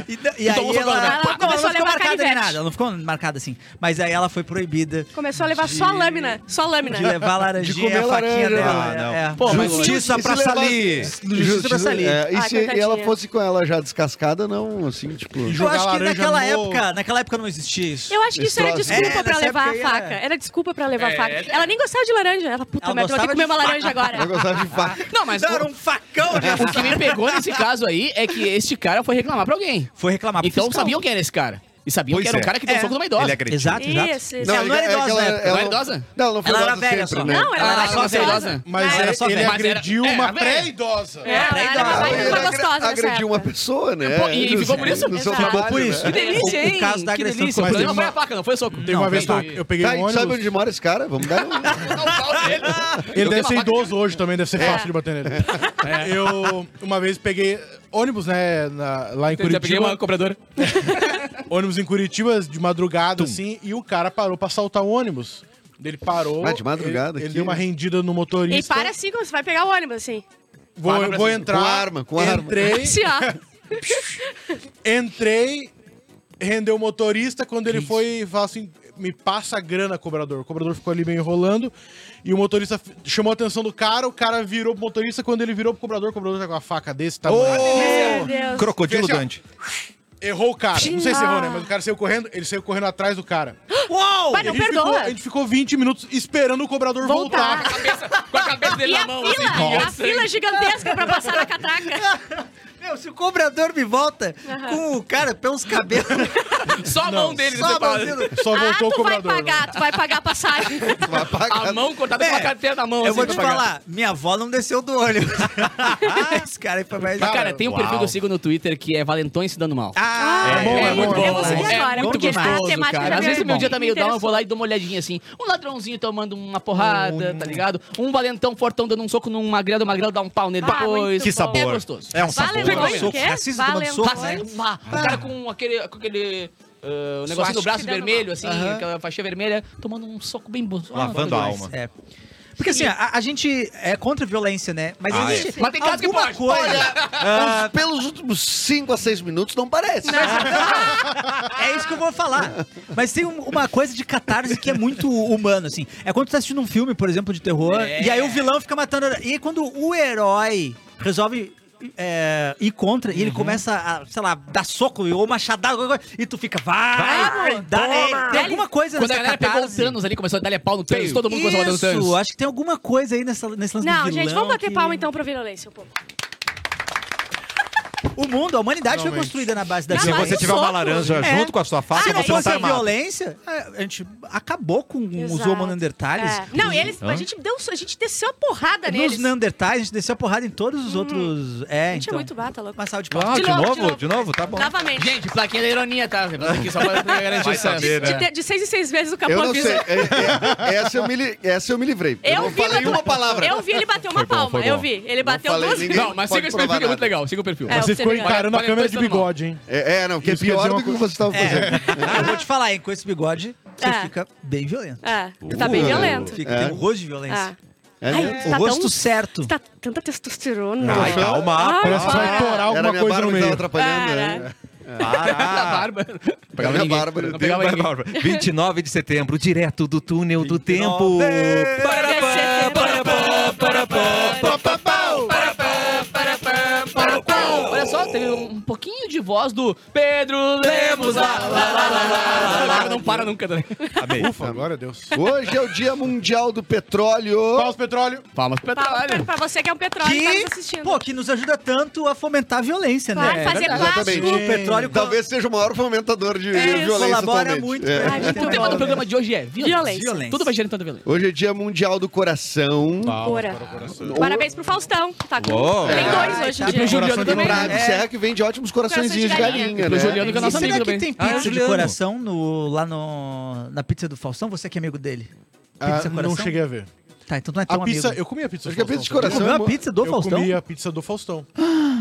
E: E, da- e aí
A: Então,
E: ela,
A: vamos agora, né?
E: não,
D: Ela começou
E: não
D: a
E: ficou
D: levar
E: marcada nem
D: canivete.
E: nada, ela não ficou marcada assim. Mas aí ela foi proibida
D: Começou a levar só a lâmina. Só a lâmina.
E: de levar a
F: De
E: laranjinha
F: comer
E: e a faquinha
F: laranja,
E: dela.
B: não.
E: É, é.
A: Pô, mas
B: Justiça
F: E se
B: pra
F: levar-
B: Sali.
E: Justiça pra Sali.
F: é, e
D: Ai,
F: se ela
D: coitadinha.
F: fosse com ela já descascada, não, assim, tipo...
E: Eu
G: jogar
E: acho que
G: laranja
E: naquela
G: no-
E: época, naquela época não existia isso.
D: Eu acho que isso era
F: Destroça.
D: desculpa
E: É,
D: pra
E: nessa
D: levar a
E: época aí era-
D: faca. Era desculpa pra levar a faca. Ela nem gostava de laranja. Ela, puta
E: Ela
D: merda, eu vou ter
E: gostava
D: que comer
E: de
D: uma laranja agora.
F: Eu gostava de faca.
A: Não, mas
E: Era
A: o, é,
E: um facão de
A: o que me pegou nesse caso aí é que este cara foi reclamar pra alguém.
E: Foi reclamar pro
A: Então
E: Ah, fiscal.
A: sabiam quem era esse cara. E sabiam
B: Pois
A: que era
B: é.
A: um cara que deu
E: É.
A: soco numa idosa.
B: Ele agrediu.
E: Exato, exato.
D: Isso, isso.
E: Ela não era
F: é- é
E: idosa
F: que ela-
E: na época.
A: Não
F: ela
A: era idosa?
F: Não, ela não foi
E: Ela era
F: idosa
E: velha
F: sempre,
E: só.
F: né?
D: Não, ela
A: Ela
D: era
A: só
D: mais
A: era
D: gostosa.
A: idosa.
G: Mas
E: Mas
G: ele,
E: era só
G: ele
E: velho.
G: agrediu
A: Mas era- é,
G: uma
A: a velha.
G: pré-idosa.
D: É, ela
E: Ela
D: era
E: era
D: mais-
F: Ele
D: foi
F: agra-
D: gostosa nessa
F: agrediu uma
D: época.
F: pessoa, né?
A: Pô, e- e ficou por isso?
F: No seu
D: Exato.
F: trabalho,
E: Por
F: né?
E: isso.
A: Que delícia,
E: O- o
A: hein?
E: caso da
A: que
E: agressão
A: delícia.
E: foi- assim.
A: O problema foi a faca, não foi o soco.
G: Teve uma
E: Não,
G: vez que eu,
E: verdade.
G: eu peguei
F: Tá,
G: um
F: e tu
G: ônibus.
F: sabe onde mora esse cara? Vamos dar um...
G: Ele deve ser
A: uma faca-
G: idoso hoje também, deve ser fácil de bater nele. Eu, uma vez, peguei ônibus, né, na- lá em
A: Eu já peguei
G: Curitiba.
A: uma cobradora.
G: Ônibus em Curitiba, de madrugada, assim, e o cara parou pra assaltar o ônibus. Ele parou.
F: Ah, de madrugada
G: Ele, ele
F: aqui?
G: deu uma rendida no
D: E
G: motorista.
D: para assim, quando você vai pegar o ônibus, assim.
G: Vou,
A: Para pra
G: vou
A: cima.
G: entrar.
F: Com arma, com arma.
G: Entrei,
D: Assim, ó.
G: entrei, rendeu o motorista. Quando ele foi, falou assim: me passa a grana, cobrador. O cobrador ficou ali meio enrolando. E o motorista f- chamou a atenção do cara, o cara virou pro motorista, quando ele virou pro cobrador, o cobrador tá com a faca desse tamanho.
B: É.
D: Meu Deus.
B: Crocodilo
G: Fechou.
B: Dante.
G: Errou o cara. Não sei se errou, né? Mas o cara saiu correndo, ele saiu correndo atrás do cara.
E: Uou!
D: Pai,
G: E a
D: não
G: gente ficou-
D: perdoa.
G: a gente ficou 20 minutos esperando o cobrador
D: Voltar.
G: voltar.
H: Cabeça, com a cabeça dele
D: E
H: na
D: a
H: mão, assim.
D: fila, a
H: pingando sangue.
D: fila gigantesca pra passar na catraca.
E: Meu, se o cobrador me volta com o cara pelos cabelos,
H: Só a mão dele,
E: só
H: você
E: a mão
H: fala.
E: dele.
G: Só
D: ah,
G: voltou o
D: tu vai
G: cobrador. né?
D: pagar, tu vai pagar a passagem.
F: Vai pagar.
H: A mão cortada com
E: É,
H: a carteira na mão,
E: Eu
H: assim,
E: vou te
H: pra pagar.
E: falar, minha avó não desceu do olho. Ah, Esse cara aí foi mais...
C: Mas, cara, tem um
H: uau.
C: perfil que eu sigo no Twitter que é Valentões se dando mal.
E: Ah,
G: É bom, é bom,
D: Eu vou seguir
C: É
D: agora,
C: muito
D: porque
C: gostoso,
D: a temática
C: cara.
D: já
C: Às vezes o meu
D: me-
C: dia tá meio
D: me
C: down, eu vou
D: interessou.
C: lá e dou uma olhadinha assim. Um ladrãozinho tomando uma porrada, tá ligado? Um valentão fortão dando um soco num magrelo, o magrelo dá um pau nele
D: Ah,
C: depois.
D: muito
B: Que
D: bom.
B: sabor.
C: É gostoso. Ah,
B: É um sabor.
D: Valentões, o
E: soco.
D: quê?
E: Narciso tomando soco, né?
C: Passa,
D: Valentões.
C: pá, o um cara com aquele, com aquele ah, o negocinho
H: Suástica
C: do braço
D: dando
C: vermelho, assim,
E: Aham.
C: aquela faixinha vermelha, tomando um soco bem bom. Ah,
B: Lavando
C: tá
B: a
C: demais.
B: alma.
E: É. Porque assim, a, a gente é contra a violência, né? Mas
B: Ah,
E: existe
C: é. Mas tem caso que
E: alguma
C: pode.
E: coisa...
F: Os- pelos últimos 5 a 6 minutos não parece.
E: É isso que eu vou falar. Mas tem um- uma coisa de catarse que é muito humano, assim. É quando tu tá assistindo um filme, por exemplo, de terror,
H: É.
E: e aí o vilão fica matando. E aí quando o herói resolve. é, ir contra,
C: Uhum.
E: e ele começa a, sei lá, dar soco ou machadada, alguma coisa, e tu fica, vai, dá, é, tem alguma coisa
C: Quando a
E: nessa
C: galera pegou o
E: catarse.
C: Thanos um ali, começou a dar pau no Thanos,
B: Sim.
C: todo mundo começou a bater no Thanos.
E: Isso, acho que tem alguma coisa aí nessa, nesse lance do
D: Não,
E: vilão
D: gente, vamos bater
E: que-
D: palma então pra violência um pouco.
E: O mundo, a humanidade foi
G: Realmente.
E: construída na base da
D: Não,
B: Se
D: mas
E: violência.
B: você
D: eu
B: tiver uma
D: soco.
B: laranja
E: É.
B: junto com a sua faca,
E: Se não
B: você não
E: fosse
B: tá
E: a
B: armado.
E: violência, a gente acabou com os
D: Exato.
E: homo Um neandertales. É,
D: É. Não, eles, a, gente deu, a gente desceu a porrada
E: Nos
D: neles. Hum.
E: Neandertais, a gente desceu a porrada em todos os outros. É,
D: A gente
E: então.
D: é muito bata, louco.
E: Uma salva de
B: Ah,
E: palmas.
B: de,
D: De novo,
B: novo,
D: de novo.
B: de novo, tá bom.
D: Novamente.
C: Gente, plaquinha da ironia, tá? Aqui só pra garantir
B: Vai
C: o Thanos.
B: saber,
D: de,
B: né?
D: te- de seis em seis vezes o capô
F: Eu não sei.
D: avisa.
F: É- é- essa, eu me, li- essa eu me livrei. Eu, não
D: vi,
F: falei
D: mas-
F: uma palavra.
D: Eu vi ele bater uma
B: Foi bom,
D: palma,
B: foi bom.
D: eu vi. Ele bateu
F: falei,
D: duas
F: ninguém-
D: vezes.
C: Não, mas
F: Pode
C: siga esse
F: provar
C: perfil que é muito
F: nada.
C: legal. Siga o perfil.
D: É,
G: Você
D: o
G: ficou
D: Senegal.
G: encarando a
C: Valentões
G: câmera de
C: dando mal.
G: bigode, hein?
F: É, é, não, que é
G: Isso quer
F: pior
G: dizer
F: do
G: uma
F: que
G: coisa.
F: você estava fazendo.
E: Ah, Eu vou te falar, hein? Com esse bigode, você
D: É.
E: fica bem violento.
D: É, tu tá bem
F: Uh,
D: violento.
E: Fica, Tem um rosto de violência.
D: É.
F: É,
D: Ai,
F: né?
E: O
D: Tá
E: rosto
D: tão-
E: certo.
D: Tá tanta testosterona.
B: Ai, Ah,
D: Ah,
B: calma.
G: Parece que vai
F: Era
G: estourar alguma
F: minha
G: coisa
F: barba
G: no
F: que tava
G: meio.
F: atrapalhando,
D: Cara.
F: né?
C: Da Bárbara. Não pegava
F: Ana
C: ninguém.
F: Bárbara.
C: Não
B: Tem
C: pegava
B: uma
C: ninguém.
B: barba. 29 de setembro, direto do túnel do tempo.
E: é
D: é
C: Olha só, teve um pouquinho de voz do Pedro Lemos. Lá, lá, lá, lá, lá, lá, lá. Não para nunca também.
B: Amei.
G: Ufa, glória a Deus.
F: Hoje é o Dia Mundial do Petróleo.
G: Pausa, petróleo.
C: Palmas pro
D: Pra,
C: Petróleo.
D: pra você que é um petróleo que tá nos
E: Que,
D: assistindo.
E: pô, que nos ajuda tanto a fomentar a violência,
D: Claro,
E: né?
D: fazer
F: Exatamente.
E: O
D: plástico.
E: petróleo
F: Talvez seja o maior fomentador de
B: É,
E: isso,
F: violência
E: É. colabora
F: atualmente.
E: muito. né?
F: É.
D: Ai, muito
C: O tema do
D: bom.
C: programa de hoje é Tá violência.
E: Violência.
C: Tudo vai gerando tanta violência.
F: Hoje é Dia Mundial do Coração.
D: Ora. Parabéns pro Faustão. que Tá com...
B: Uou.
D: Tem dois
E: Ai,
D: hoje
E: tá
D: em
E: bem.
D: dia.
C: Pro Juliano
G: Coração de
F: E
C: também.
F: pra
C: né?
F: observar que vende ótimos coraçõezinhos de
D: Coração de
F: galinha,
C: Pro
F: né?
C: Juliano que é
E: E
C: nosso
E: será
C: amigo
E: que
C: também.
E: tem pizza de
B: Juliano.
E: coração no, lá no, na pizza do Faustão? Você que é amigo dele.
G: Ah,
E: Pizza coração?
G: não cheguei a ver.
E: Tá, então tu não é
G: A
E: tão
G: pizza,
E: amigo.
G: eu comi a pizza
F: Acho que a pizza de
G: sabia?
F: coração
E: Comeu a
F: eu-
E: pizza do
G: eu
E: Faustão?
G: comi a pizza do Faustão.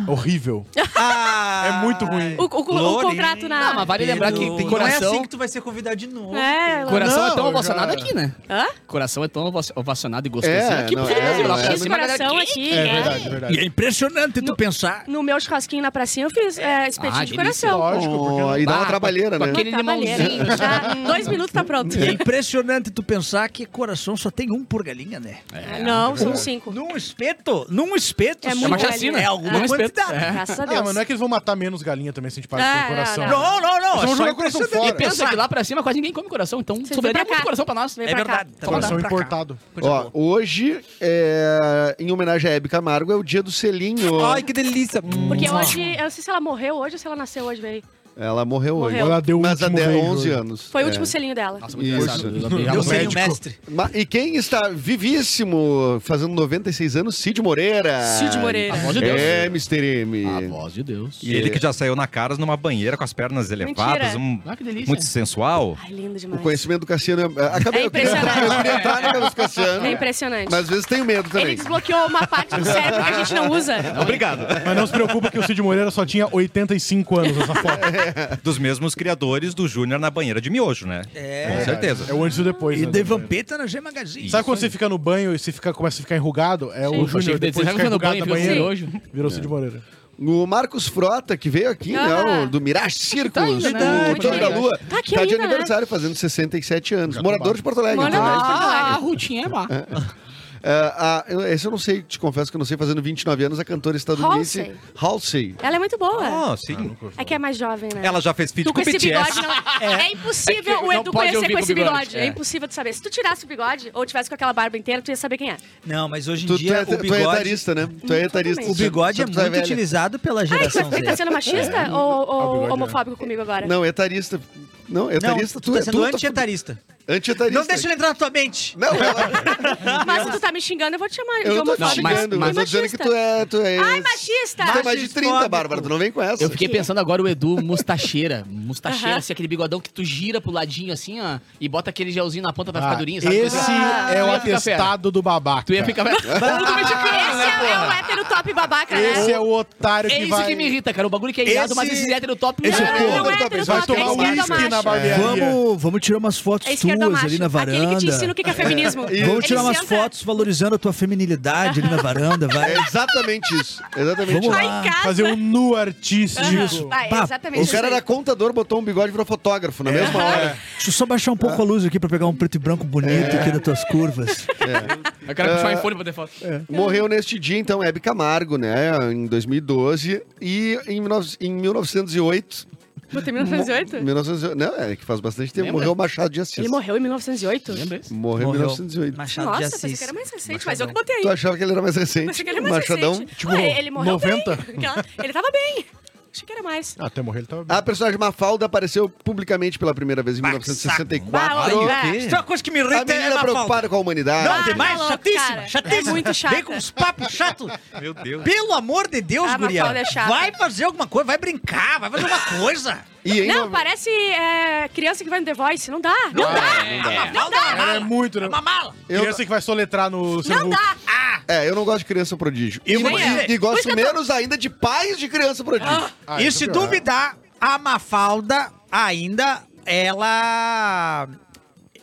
G: Horrível.
E: Ah,
G: É muito ruim.
D: O, o- o,
E: Lore.
D: contrato né? na.
C: Ah, mas vale lembrar que tem
E: Não é assim
C: coração.
E: que tu vai ser convidado de novo.
D: É, ela-
C: Coração é
G: Não,
C: tão
G: já-
C: ovacionado aqui, né?
D: Hã?
C: Coração é tão ovaci- ovacionado e gostosinho
F: É,
C: aqui.
F: não,
C: porque assim,
F: é,
C: Brasil, lá
F: não
C: pra
D: Esse
C: cima, a galera
D: coração
C: quer-
D: aqui.
G: É
D: né?
G: verdade, é verdade.
E: é impressionante tu pensar.
D: No meu churrasquinho na pracinha eu fiz é, espetinho
C: Ah, delícia.
D: de coração.
G: Lógico, porque
F: Oh,
G: não-
F: e dá
C: Ah,
F: uma
C: com-
F: trabalheira,
C: com
F: né?
C: aquele
D: Tá
C: limãozinho.
D: valendo, já. Dois minutos tá pronto.
E: É impressionante tu pensar que coração só tem um por galinha, né?
C: É.
D: Não, são cinco.
E: Num espeto, num espeto.
D: É
E: só
D: muito
E: uma
D: galinha.
E: chacina. É alguma
C: Num espeto,
E: quantidade.
C: é.
D: Graças a
G: Ah,
D: Deus.
G: mas não é que eles vão matar menos galinha também se a gente parar
D: Ah,
G: com o coração.
D: não,
E: Não, não, não.
G: Eles
E: é
G: vão
E: só
G: jogar o coração
E: impressionante
G: fora.
E: de
C: Pensa
E: pensar.
C: que lá pra cima quase ninguém come coração, então
D: Vocês
C: sobraria
D: vêm pra
C: muito
D: cá.
C: coração pra nós.
D: Vem
E: É
D: pra cá.
E: verdade. Tá
G: Coração
E: mandado pra cá.
G: importado.
F: Ó, hoje, é, em homenagem a Hebe Camargo, é o dia do selinho.
E: Ai, que delícia.
D: Porque hoje, eu não sei se ela morreu hoje ou se ela nasceu hoje, velho.
F: Ela morreu hoje.
D: Morreu.
G: Ela deu o
F: Mas há
G: último
F: 10,
G: beijo.
F: 11 anos.
D: Foi o
F: É.
D: último né? selinho dela.
C: Nossa, muito
F: Isso.
C: engraçado. Eu
I: Tá
C: beijava
I: um
E: Eu
C: muito.
E: sei o
G: médico.
E: mestre.
F: Ma- E quem está vivíssimo, fazendo 96 anos, Cid Moreira.
D: Cid Moreira.
C: A voz de Deus.
F: É, Mr. M.
C: A voz de Deus.
B: E ele que já saiu na Caras numa banheira com as pernas elevadas,
D: Mentira.
B: um-
C: Ah, que delícia.
B: muito sensual.
D: Ai, lindo
F: O
D: demais.
F: conhecimento do Cassiano é... Acabei,
D: É
F: eu, queria entrar,
D: impressionante.
F: eu queria entrar na cabeça do Cassiano.
D: É impressionante.
F: Mas às vezes tenho medo
D: Ele
F: também.
D: desbloqueou uma parte do cérebro que a gente não usa.
B: Obrigado.
G: Mas não se preocupa que o Cid Moreira só tinha 85 anos nessa foto.
B: Dos mesmos criadores do Júnior na banheira de miojo, né?
E: É.
B: Com certeza.
G: É o antes e o depois.
E: E
G: né?
E: de vampeta na G Magazine.
G: Sabe quando você fica no banho e você fica, começa a ficar enrugado? É
C: Achei
G: o Júnior,
C: que
G: depois
C: você
G: de
C: vai
G: ficar
C: no
G: enrugado
C: banho
G: na
C: e fica
G: banheira,
C: hoje.
G: virou Cid Moreira.
F: O Marcos Frota, que veio aqui,
D: Ah.
F: né, o do Mirage Circus,
C: Tá ainda, né?
F: do
C: Muito
F: Tony da
C: legal.
F: Lua,
D: Tá aqui
F: de
D: ainda, né?
F: aniversário, fazendo 67 anos. Morador de Porto Alegre.
A: Ah,
F: tá,
D: Morador de
F: inclusive.
D: Porto Alegre.
C: Ah, a Rutinha é má.
F: Ah, ah, eu- esse eu não sei, te confesso que eu não sei, fazendo 29 anos, a cantora estadunidense Halsey.
D: Ela é muito boa.
B: Ah, sim.
D: É que é mais jovem, né?
B: Ela já fez feat
D: Tu
B: com
D: com
B: o
D: esse bigode
B: BTS.
D: não. É, impossível
A: É que
D: o
A: não
D: Edu
A: pode
D: conhecer
A: ouvir
D: com
A: com
D: esse
A: bigode,
D: bigode. É.
A: é.
D: impossível de saber. Se tu tirasse o bigode ou tivesse com aquela barba inteira, tu ia saber quem é.
E: Não, mas hoje em
F: Tu, tu
E: dia
F: é,
E: o
F: tu é
E: bigode,
F: etarista, né? Tu é etarista.
D: Hum, Exatamente.
E: o bigode
F: Só
E: é
F: que tu tá
E: muito
F: velha. é
E: utilizado pela
D: Ai,
E: geração
D: tu
E: Z.
D: tá sendo machista ou, ou
G: Ah, o bigode, né?
D: homofóbico comigo agora?
F: Não, etarista. Não,
E: Não,
F: etarista,
E: tu, tá
F: é-
E: sendo
F: tá-
E: anti-etarista.
F: Antietarista.
E: Não deixa ele entrar na tua mente.
F: Não, ela,
D: Mas se tu tá me xingando, eu vou te chamar de
F: eu não tô te
D: homofóbico.
A: mas-
F: xingando.
A: mas
F: eu tô dizendo que tu é. Tu é
D: Ai, machista!
F: Tu é mais de 30,
E: Machista.
F: Bárbara. Tu não vem com essa.
A: Eu fiquei pensando agora o Edu mustacheira. Mustacheira,
D: Aham.
A: assim, aquele bigodão que tu gira pro ladinho assim, ó, e bota aquele gelzinho na ponta da
G: Ah,
A: ficadurinha, sabe?
G: esse
C: Ah,
G: é
A: Tu
G: o
A: ia ficar fera.
G: atestado do babaca.
A: Tu ia ficar.
F: Ah,
D: Esse
F: né,
D: é, é o hétero top babaca, né?
G: Esse é o otário
A: É
G: que
A: isso
G: vai...
A: que me irrita, cara. O bagulho que é irado, mas
G: Esse-
A: esse hétero top né? me
I: esse
A: irrita.
I: porra.
D: Não é
F: Vai
D: hétero
G: Vai
D: top, é
G: tomar um
D: esquerda
G: uísque na
D: macho.
F: é,
G: barbearia.
I: Vamos, vamos tirar umas fotos
D: É esquerda
I: tuas
D: macho.
I: ali na varanda.
D: Aquele que te ensina o que que é feminismo.
I: Vamos
D: Ele
I: tirar umas
D: senta-
I: fotos valorizando a tua feminilidade ali na varanda, vai.
F: É exatamente isso. Exatamente
I: Vamos
F: isso.
I: lá.
D: Vai em casa.
G: Fazer um nu artístico.
I: Isso.
D: Vai,
I: Pá,
D: exatamente. É.
F: O
D: isso
F: cara
D: aí.
F: era contador, botou um bigode e virou fotógrafo na mesma hora.
I: Deixa eu só baixar um pouco a luz aqui pra pegar um preto e branco bonito
F: É.
I: aqui das tuas curvas.
A: Eu quero
G: É.
A: puxar o iPhone pra ter foto.
D: É.
F: Morreu neste dia, então, Hebe Camargo, né? Em 2012. E em, 19 em 1908.
D: Puta, em 1908?
F: 1908 não, é que faz bastante tempo.
A: Lembra?
F: Morreu Machado de Assis.
D: Ele morreu em 1908?
A: Lembra isso?
F: Morreu em 1908.
E: Machado
D: Nossa,
E: de
D: pensei
E: Assis.
D: que era mais recente, mas eu que botei aí.
F: Tu achava que ele era mais recente?
D: Pensei que ele era mais
F: Machadão. Tipo,
D: recente. Ué, ele morreu
G: 90?
D: bem. Aquela- Ele tava bem. Achei que era mais.
G: Ah, Até morrer ele tava bem.
F: A personagem Mafalda apareceu publicamente pela primeira vez em 1964.
D: Bah, olha,
F: A
D: bah.
E: Isso é uma coisa que me irrita é
F: menina
E: na falta.
F: preocupada com a humanidade.
E: Não,
D: Ah,
E: demais,
D: tá louco,
E: chatíssima,
D: cara.
E: chatíssima.
D: É muito chata.
E: Vem com uns papos chatos.
B: Meu Deus.
E: Pelo amor de Deus,
D: Ah,
E: guria.
D: Mafalda é chata.
E: vai fazer alguma coisa, vai brincar, vai fazer uma coisa.
F: E em
D: Não,
F: nove-
D: parece é, criança que vai no The Voice. Não dá. Não, dá.
E: Não dá.
G: Ela é muito, né?
E: É uma mala. Ah,
F: Eu-
G: Criança que vai soletrar no seu
D: Não
G: Hulk.
D: dá.
F: É, eu não gosto de criança prodígio.
E: Eu
F: e,
E: vou
F: e,
E: dizer.
F: e
D: Por
F: gosto
D: isso que eu tô-
F: menos ainda de pais de criança prodígio.
G: Ah,
E: e
G: isso
E: se
G: é pior.
E: duvidar, a Mafalda ainda, ela...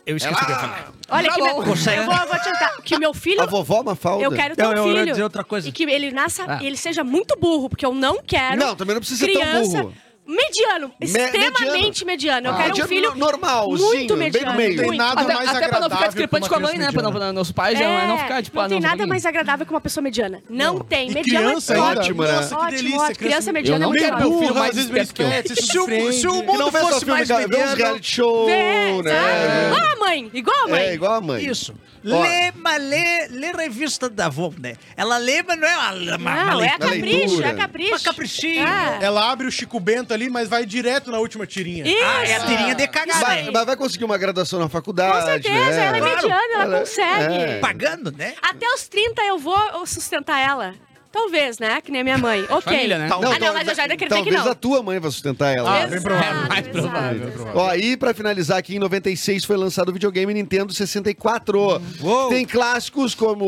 E: Eu esqueci o que eu ia falar.
D: Olha,
E: Tá
D: que
E: bom.
D: meu, eu vou, eu vou te contar. Que meu filho...
F: a vovó Mafalda.
D: Eu quero ter
E: Eu-
D: um
E: eu ia
D: filho.
E: dizer outra coisa.
D: E que ele nasça, ele seja muito burro, porque eu não quero.
F: Não, também não precisa ser tão
D: criança
F: burro.
D: Mediano, extremamente mediano. Eu
F: Ah.
D: quero
F: Mediano
D: um filho
F: normalzinho, assim, bem
D: muito
F: no
D: mediano.
F: meio.
G: Tem
D: muito.
G: nada
D: Até-
G: mais
A: Até pra não ficar
G: agradável
A: discrepante
G: que
A: com
G: uma
A: a mãe, né?
G: criança
A: Pra não,
G: mediana.
A: pra não- os pais já
D: É,
A: não ficar tipo, ah,
D: tem
A: fica
D: nada
A: aqui.
D: mais agradável que uma pessoa mediana. Não, tem.
G: um E
D: Mediano
G: criança
D: é ótimo.
G: ainda.
F: Ótimo, né?
G: Nossa, que
D: Ótimo,
G: delícia.
D: ótimo. Criança mediana
A: Eu
D: é
A: não
D: muito
A: quero
D: ótimo.
A: meu filho
G: Burra,
A: mais
G: às vezes,
A: esperto que eu.
G: merece,
E: Se o-
G: sofrente.
E: se o
F: Que não
E: mundo
F: vê só
E: fosse
F: filme
E: mais
F: ga- vê uns
E: mediano-
F: reality show,
D: Vê, É, sabe?
F: né?
D: Igual a mãe. Igual a mãe.
F: É, igual a mãe.
E: Isso.
F: Ó.
E: Lê, mas lê, lê revista da avó, né? Ela lê, mas não é uma, uma, uma
D: Não, é
E: leitura.
D: capricho,
F: leitura.
D: é capricho.
E: Uma caprichinha.
D: Ah.
A: É.
G: Ela abre o Chico Bento ali, mas vai direto na última tirinha.
D: Isso.
E: Ah, é a tirinha de cagada.
D: Vai-
F: Mas,
E: né?
F: mas vai conseguir uma graduação na faculdade,
D: Com certeza,
F: né?
D: ela é mediana, ela,
F: Ela-
D: consegue. Ah,
F: é.
E: Pagando, né?
D: Até os 30 eu vou sustentar ela. Talvez, né? Que nem a minha mãe. Ok.
A: Família, né?
D: Ah, não, mas eu já decretei que
F: então, talvez
D: não.
F: a tua mãe vai sustentar ela.
G: Ah, bem provável.
A: É mais provável.
D: exato.
F: Ó, e pra finalizar aqui, em 96 foi lançado o videogame Nintendo 64.
E: Uou.
F: Tem clássicos como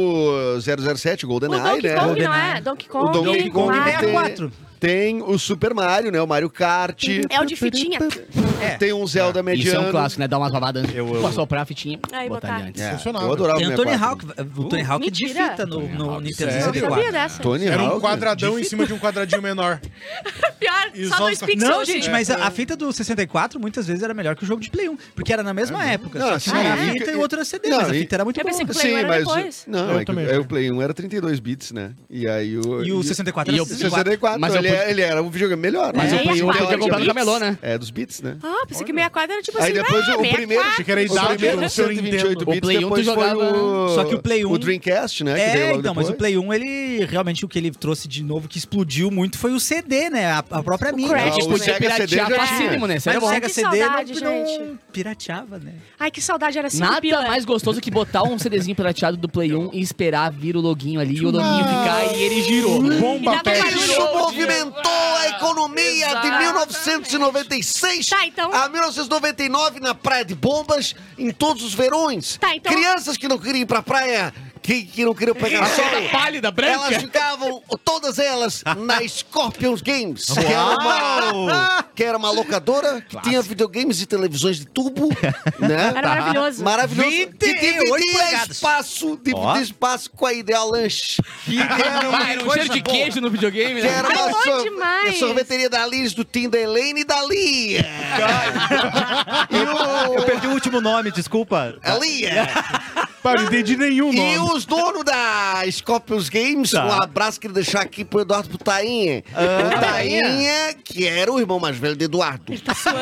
F: 007,
D: O
F: GoldenEye,
D: Donkey
F: né?
D: Kong não é? Donkey Kong. É
F: O Donkey Kong
D: Mario.
E: tem- 64.
F: Tem o Super Mario, né? O Mario Kart.
D: É o de fitinha.
E: É.
F: Tem um Zelda
A: Isso é
F: mediano.
A: um clássico, né? Dar umas babadas antes. Eu, Assoprar a fitinha,
D: Aí,
A: botar
D: botar.
A: ali antes.
F: É,
G: Funcionava.
F: Eu adorava
E: Tem o
F: o
E: Tony
F: 64.
E: Hawk. O Tony Hawk de
D: Mentira.
E: fita no, no Nintendo
D: Não sabia né?
E: 64.
D: dessa.
F: Tony
G: Era um
F: Hawk?
G: quadradão em cima de um quadradinho menor.
D: Pior,
G: E
D: só
G: só
D: dois
G: os-
D: pixels.
E: Não,
D: assim.
E: gente, mas a, a fita do 64 muitas vezes era melhor que o jogo de Play 1, porque era na mesma época.
F: Uhum. Não,
E: só que
F: sim,
E: era
F: e-
E: a fita e o outro era CD,
F: não,
E: mas a
F: e-
E: fita era muito
D: Eu pensei
E: boa.
D: que o Play
F: Sim,
D: 1 era
F: mas
D: depois.
F: o, não,
G: Eu
F: é que,
G: também
F: é,
G: acho.
F: o Play 1 era 32 bits, né? E aí o
E: E o 64
A: e
E: era
A: eu-
E: 64.
F: 64,
A: Mas eu
F: ele,
A: pude-
F: é- ele era um videogame melhor.
A: Mas
D: É,
A: eu punho
D: é,
A: o que eu
D: é,
A: tinha comprado
D: é,
A: no camelô, né?
F: É, dos bits, né?
D: Ah, pensei que 64 era tipo
F: Aí
D: assim.
F: depois
D: ah,
F: o primeiro...
D: 64.
G: Achei que era a idade
F: o primeiro
G: do seu
F: 128
G: Nintendo.
F: bits,
A: O Play 1 tu
F: depois
A: jogava-
F: foi o...
E: Só que o Play 1
F: O Dreamcast, né? que veio
E: É,
F: logo
E: então, mas o
F: depois.
E: Play 1, ele realmente o que ele trouxe de novo, que explodiu muito, foi o CD, né? A, a própria mídia.
A: É
D: Crash,
E: Mas
A: tipo,
F: Ah, o Sega CD
A: Piratear
F: já tinha.
A: facílimo, né? Isso era
E: o
A: bom.
E: Sega
D: Que
E: CD
D: saudade,
E: não, não
D: gente.
E: pirateava, né?
D: Ai, que saudade era assim.
A: Nada mais gostoso que botar um CDzinho pirateado do Play 1 e esperar vir o loguinho ali, e o loguinho ficar e ele girou.
G: Bomba
D: E dava
G: pet.
D: barulho.
F: Isso movimentou a economia de 1996
D: Tá, então-
F: a 1999 na Praia de Bombas, em todos os verões.
D: Tá, então-
F: Crianças que não queriam ir pra praia, que, que não queriam pegar sol,
A: Pálida,
F: elas
A: branca.
F: ficavam, todas elas, na Scorpions Games, que era uma, que era uma locadora que tinha videogames e televisões de tubo, né?
D: Era maravilhoso.
F: Maravilhoso. Que
E: 28
F: dividia
E: polegadas.
F: espaço, dividia
B: Ó.
F: espaço com a Ideal Lanche. Que
A: Ah,
F: era uma
A: Era um
F: coisa
A: cheiro de
F: boa.
A: queijo no videogame,
F: Que
A: né?
F: era
D: Ai,
F: uma
D: bom
F: sor-
D: demais.
F: a sorveteria da Liz, do Tim da Elaine e da Lia. e o... É
J: perdi o último nome, desculpa.
F: A Lia.
G: Pá, não Tá. entendi nenhum
F: E
G: nome.
F: os donos da Scorpions Games, um abraço que ele deixar aqui pro Eduardo pro Tainha.
G: Ah,
F: o Tainha, que era o irmão mais velho de Eduardo.
D: Tá suando.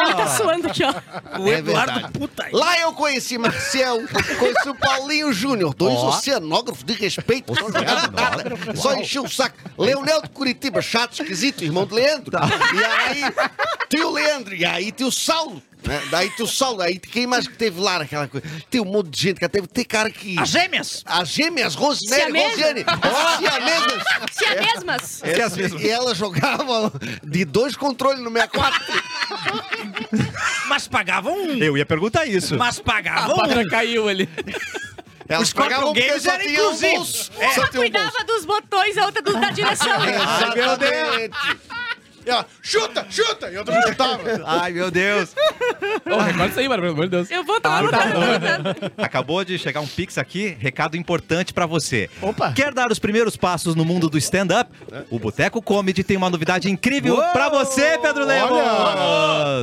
D: Ele tá suando aqui, ó.
E: O
F: É
E: Eduardo,
F: verdade.
E: puta.
F: Lá eu conheci Marcel, conheci o Paulinho Júnior, dois oceanógrafos de respeito,
E: é um
F: não jogaram nada, só encheu o saco. Leonel de Curitiba, chato, esquisito, irmão do Leandro.
E: Tá.
F: E aí, tio Leandro, e aí tio Saulo. né? Daí tio Saulo, aí quem mais que teve lá naquela coisa? Tem um monte de gente que teve, tem cara que...
E: As gêmeas!
F: As gêmeas, Rosemary,
D: Siamesas?
F: Rosiane, ó, siamesas.
D: Se é mesmas.
B: É as mesmas.
F: E elas jogavam de dois controles no 64.
E: Mas pagavam um.
B: Eu ia perguntar isso.
E: Mas
F: Ah,
E: pagavam um.
A: Patra caiu ali.
F: Elas
E: Scorpion
F: pagavam porque
E: Games
F: só
E: era
F: tinha um
E: inclusivo.
F: bolso. Só
E: É.
D: Uma
F: tinha um bolso.
D: cuidava dos botões, a outra dos da direção.
F: Ai, meu
G: E ela, chuta, chuta! E eu também chutava.
B: Ai, meu Deus.
A: Ô, recorda isso aí, mano, pelo amor de Deus.
D: Eu vou tomar no
E: tá
D: cu.
B: Acabou de chegar um pix aqui, recado importante pra você. Opa. Quer dar os primeiros passos no mundo do stand-up? O Boteco Comedy tem uma novidade incrível pra você, Pedro Lemos.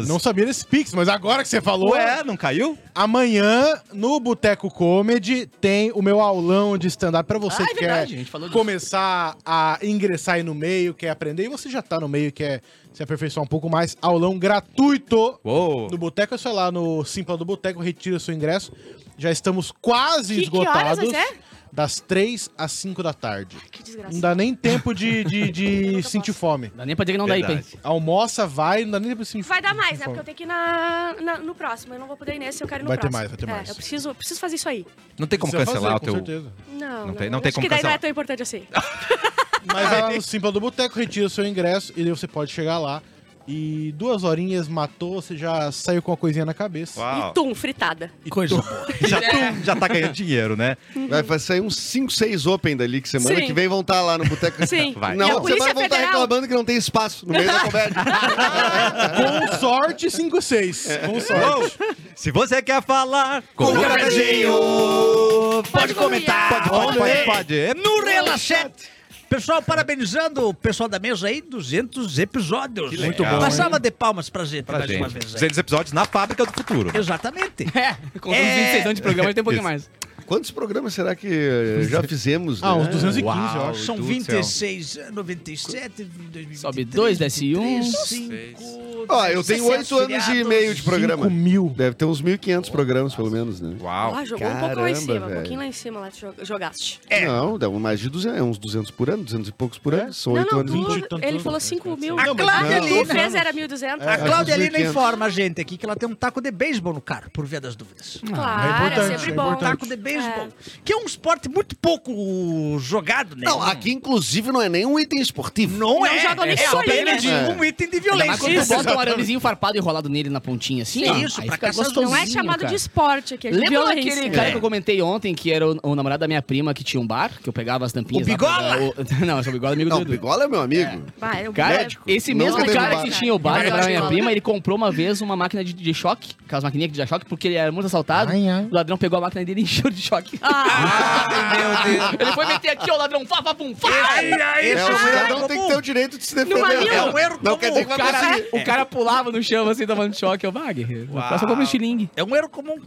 G: Não sabia desse Pix, mas agora que você falou.
B: Ué, não caiu?
G: Amanhã, no Boteco Comedy, tem o meu aulão de stand-up pra você
A: Ah, é
G: que
A: verdade, a gente falou
G: quer
A: disso.
G: começar a ingressar aí no meio, quer aprender, e você já tá no meio, quer se aperfeiçoar um pouco mais. Aulão gratuito
B: Uou.
G: no Boteco, é só ir lá no Simpla do Boteco, retira seu ingresso. Já estamos quase
D: Que- que horas
G: esgotados.
D: vai ser?
G: das 3 às 5 da tarde.
D: Que
G: Não
D: desgraça.
G: dá nem tempo de, de, de sentir fome.
A: Dá nem pra dizer que não dá aí,
B: Verdade.
A: pen.
G: Almoça, vai, não dá nem tempo de sentir
D: Vai dar mais, né?
G: fome.
D: Porque eu tenho que ir na, na- no próximo. Eu não vou poder ir nesse, eu quero ir no
G: Vai ter
D: próximo.
G: mais, vai ter
D: É,
G: mais.
D: eu preciso, eu preciso fazer isso aí.
B: Não tem como
G: Precisa
B: cancelar
G: fazer,
B: o
G: com
B: teu.
G: certeza.
D: Não,
B: Não tem- não tem
D: Acho
B: como
D: que daí não
B: cancelar.
D: é tão importante assim.
G: Mas vai lá no Simpla do Boteco, retira o seu ingresso e daí você pode chegar lá. E duas horinhas matou, você já saiu com uma coisinha na cabeça.
B: Uau.
D: E tum, fritada.
G: E coisa.
B: Já, tu já tá ganhando dinheiro, né?
J: Vai, vai sair uns 5, 6 Open dali, que semana
D: Sim.
J: que vem vão estar lá no Boteco.
D: Sim.
B: Vai.
D: E a
J: Não,
D: Polícia
J: semana vão estar
D: Federal.
J: reclamando que não tem espaço no meio da comédia.
G: Com sorte, 5-6. Com sorte.
B: Uou. Se você quer falar com, o
D: Pode comentar.
B: Pode, pode, pode, pode. É
E: No Relaxete! Pessoal, parabenizando o pessoal da mesa aí, 200 episódios.
B: legal, Muito bom,
E: Uma salva de palmas pra gente
B: pra
E: mais
B: gente.
E: uma vez. aí.
B: 200 episódios na Fábrica do Futuro.
E: Exatamente.
A: É, com uns
E: É.
A: 26 anos de programa, tem um pouquinho mais.
J: Quantos programas será que eh, já fizemos?
G: Ah,
J: né?
G: uns 215, eu acho.
E: São
B: do
E: 26, 97, 2023,
A: Sobe dois, desce um.
E: 5,
J: Ó, eu tenho 8 anos e meio
E: tipo,
J: de programa.
G: 5 mil.
J: Deve ter uns 1.500 programas, pelo menos, né?
B: Uau.
D: Ó, jogou um pouco lá em
J: Caramba,
D: cima, um
J: velho.
D: pouquinho lá em cima lá tu jo- jogaste.
J: Não, dá mais de 200, é uns 200 por ano, 200 e poucos por ano. São
D: É.
J: 8
D: Não, não,
J: anos. e-
D: tu,
G: 28 anos.
D: ele falou 5 mil.
E: A Cláudia
D: tu
E: ali, né?
D: fez era 1.200.
E: A Cláudia
J: dos
E: Lina
J: 800.
E: informa a gente aqui que ela tem um taco de beisebol no carro, por via das dúvidas. Um
D: Claro, é,
G: importante,
D: sempre
G: é
D: bom.
E: Taco de beisebol, que é um esporte muito pouco jogado,
D: um.
E: né?
F: Não, aqui inclusive não é nenhum item esportivo.
E: Não é,
D: jogam nem
E: é
D: isso aí,
E: apenas
D: né?
E: de
J: É.
E: um item de
A: Ainda mais
E: violência.
A: quando tu bota um aramezinho farpado enrolado nele na pontinha, assim,
E: Que
A: ó.
E: isso,
A: aí
E: pra
A: fica
E: caçar os-
D: Não é
A: gostosinho,
D: chamado
A: cara.
D: de esporte aqui, é de
A: Lembra
D: violência.
A: daquele cara que eu comentei ontem, que era o, o namorado da minha prima, que tinha um bar, que eu pegava as tampinhas...
E: O
A: lá pra-
E: Bigola?
A: o- não, esse é o Bigola amigo
F: Não,
A: do
F: o
A: Edu.
F: Bigola é meu amigo.
D: Vai, eu-
A: Cara,
J: Médico.
A: esse
J: Nunca
A: mesmo
J: teve
A: cara
J: bar.
A: que tinha o bar
D: Médico.
A: da minha
D: Médico.
A: prima, ele comprou uma vez uma máquina de, de choque, aquelas maquininhas de choque, porque ele era muito assaltado.
G: Ai, ai.
A: O ladrão pegou a máquina dele e encheu de choque.
D: Ah.
B: Meu Deus.
A: ele foi meter aqui, ó, ladrão, fá, fá, pum, fá.
J: É, o cidadão tem que ter o direito de se defender.
D: Numa
J: É
E: É um erro
J: Não
E: comum. é
J: quer dizer que
A: O
J: vai
A: cara,
J: conseguir.
E: um
A: o cara pulava no chão assim, tomando choque. Eu, bah, guerreiro. Passa como um estilingue.
E: É um erro comum.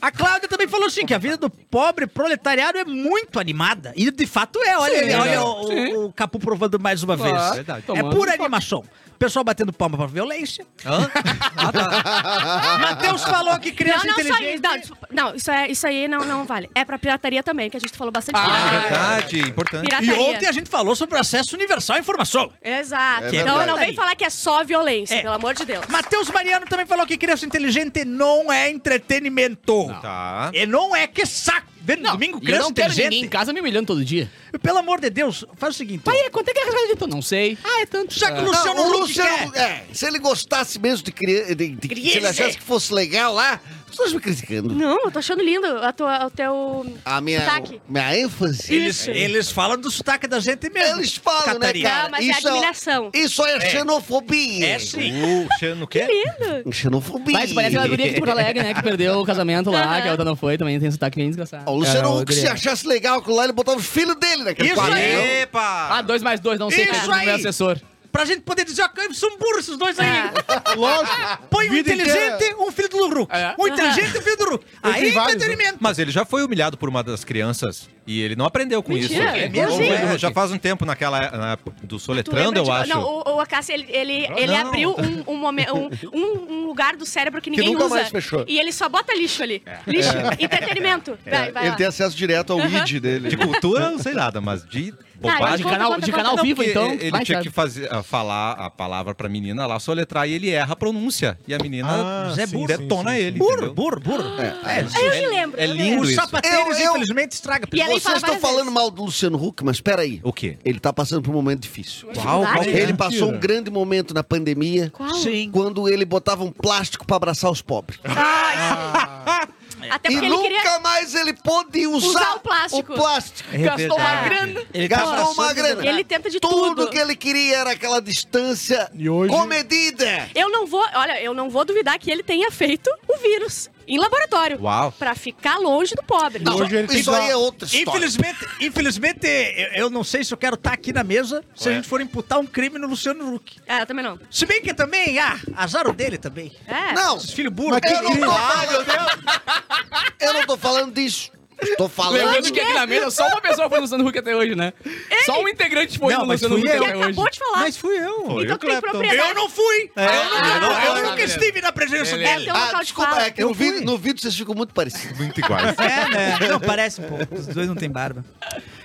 E: A Cláudia também falou assim, que a vida do pobre proletariado é muito animada. E de fato é. Olha, ele, olha o- o, o Capu provando mais uma vez.
A: Claro.
B: Verdade.
E: É
A: Tomando
E: pura
A: choque.
E: animação. Pessoal batendo palma pra violência. Matheus falou que
D: Não,
E: criança
D: não, só
E: inteligente...
D: isso. Não, isso- Não, isso, é, isso aí não, não vale. É pra pirataria também, que a gente falou bastante.
B: Ah.
D: pirataria.
B: Verdade, importante.
E: E
D: pirataria.
E: ontem a gente falou sobre acesso universal à informação.
D: Exato.
J: É
D: então não
E: verdade.
D: vem falar que é só violência,
E: É.
D: pelo amor de Deus.
E: Matheus Mariano também falou que criança inteligente não é entretenimento.
B: Tá.
E: E não é que saco. Vendo domingo,
A: E eu
E: criança
A: não quero ninguém em
E: inteligente.
A: casa me humilhando todo dia.
E: Pelo amor de Deus, faz o seguinte.
A: Pai, quanto é que é a rasgada de tu? Não sei. Ah, é tanto.
E: Já que o
A: Ah.
E: Luciano
F: Não, o
E: Huck quer.
F: Luciano, é, se ele gostasse mesmo de criança, de, de- se ele
E: Criança.
F: achasse que fosse legal lá, as pessoas me criticando.
D: Não, eu tô achando lindo a tua, o teu.
F: A minha,
D: Sotaque.
F: minha ênfase.
E: Eles, eles falam do sotaque da gente mesmo.
F: Eles falam,
E: Catarina.
F: né, cara?
D: Não, mas é admiração.
F: Isso é xenofobia.
E: É sim.
B: O Xeno quer?
F: Xenofobia.
A: Mas parece a guria de Porto Alegre, né? Que perdeu o casamento lá,
D: Aham.
A: que a outra não foi, também tem um sotaque bem desgraçado.
F: Ó, o Luciano
C: É,
I: Cara,
F: Huck, se
I: Adriano.
F: achasse legal aquilo lá, ele botava os filhos dele naquele
E: Isso aí.
F: quadro.
B: Epa!
A: Ah, dois mais dois, não sei,
E: Isso
C: é
A: pergunta pro meu
E: aí.
A: assessor.
E: Pra gente poder dizer, ó, eles são burros esses dois aí.
D: É. Ah.
G: Lógico.
E: Põe um
G: vida
E: inteligente,
G: inteira.
E: um filho do Hulk.
C: É.
E: Um inteligente e um filho do Hulk. Aí
G: tem vários,
E: entretenimento.
B: né? Mas ele já foi humilhado por uma das crianças e ele não aprendeu com
D: Mentira,
B: isso.
D: é
B: Ou-
D: mesmo?
B: ou- Já faz um tempo naquela na- do
D: Tu lembra
B: Soletrando, eu
D: de-
B: acho.
D: Não, o, o Acácio, ele, ele,
B: Não,
D: ele
B: não.
D: abriu um, um, momen- um- um- um lugar do cérebro que ninguém
F: nunca
D: usa.
F: mais fechou. É.
D: E ele só bota lixo ali. Lixo, entretenimento. Vai, vai
J: Ele
D: lá.
J: tem acesso direto ao ID dele.
B: De cultura, eu não sei nada, mas de
A: Ah,
B: bobagem.
A: de
D: Conta,
A: canal,
D: conta,
A: de
D: conta.
A: canal
B: Não,
A: vivo,
B: porque
A: então.
B: Ele
A: vai,
B: tinha
A: sabe.
B: que fazer, ah, falar a palavra pra menina lá, soletrar, e ele erra a pronúncia. E a menina
G: Ah,
B: Zé
G: sim,
B: Burro,
G: sim,
B: detona
G: sim,
B: ele.
E: Burro,
B: entendeu?
E: burro, burro. É,
D: Ah, eu me lembro.
B: é
D: eu me
B: lindo
D: lembro.
E: Os
B: isso.
E: sapateiros,
F: Eu- eu-
E: infelizmente, estraga.
D: E ela aí fala
F: Vocês estão
D: várias
F: falando
D: vezes.
F: mal do Luciano Huck, mas peraí.
B: O quê?
F: Ele tá passando por um momento difícil.
B: Qual, qual que é?
F: Ele passou um grande momento na pandemia.
D: Qual?
E: Sim. Ah,
F: Quando ele botava um plástico pra abraçar os pobres.
D: Até
F: E
D: porque ele
F: nunca
D: queria...
F: mais ele pôde usar,
D: Usar o plástico.
F: o plástico.
A: Gastou uma
D: verdade.
A: grana.
E: Ele
F: Gastou uma grana.
D: Ele tenta de tudo.
F: que ele queria era aquela distância
G: E hoje-
F: comedida.
D: Eu não vou... Olha, eu não vou duvidar que ele tenha feito o vírus em laboratório.
B: Uau.
D: Pra ficar longe do pobre.
F: Não,
G: hoje ele
F: isso
G: tem
F: aí
G: que-
F: é outra história.
E: Infelizmente, infelizmente eu, eu não sei se eu quero estar aqui na mesa se a gente for imputar um crime no Luciano Huck.
D: É, eu também não.
E: Se bem que também, ah, azar o dele também.
D: É.
F: Não,
E: Esses filhos burros.
F: eu não, tô falando, eu não tô falando disso. Estou
C: Lembrando
F: falando
C: que aqui na mesa só uma pessoa foi no Luciano Huck até hoje, né? Só um integrante foi
E: Não,
C: no
E: mas
C: Luciano
E: fui
C: Huck
E: eu.
D: Ele
C: até
D: acabou
C: hoje.
D: de
F: Ah,
D: falar.
E: Mas fui eu.
D: então tu tem propriedade.
E: Eu não fui. eu, nunca,
F: É, não
E: eu
F: foi,
E: nunca
C: beleza.
E: estive na presença
C: Beleza.
E: dele.
D: Tem um
F: Ah,
D: local de
F: desculpa,
D: fala.
F: é que no
E: Eu fui.
F: vídeo, no vídeo vocês ficam muito parecidos.
B: Muito iguais.
E: É, né? Não, parece um pouco. Os dois não têm barba.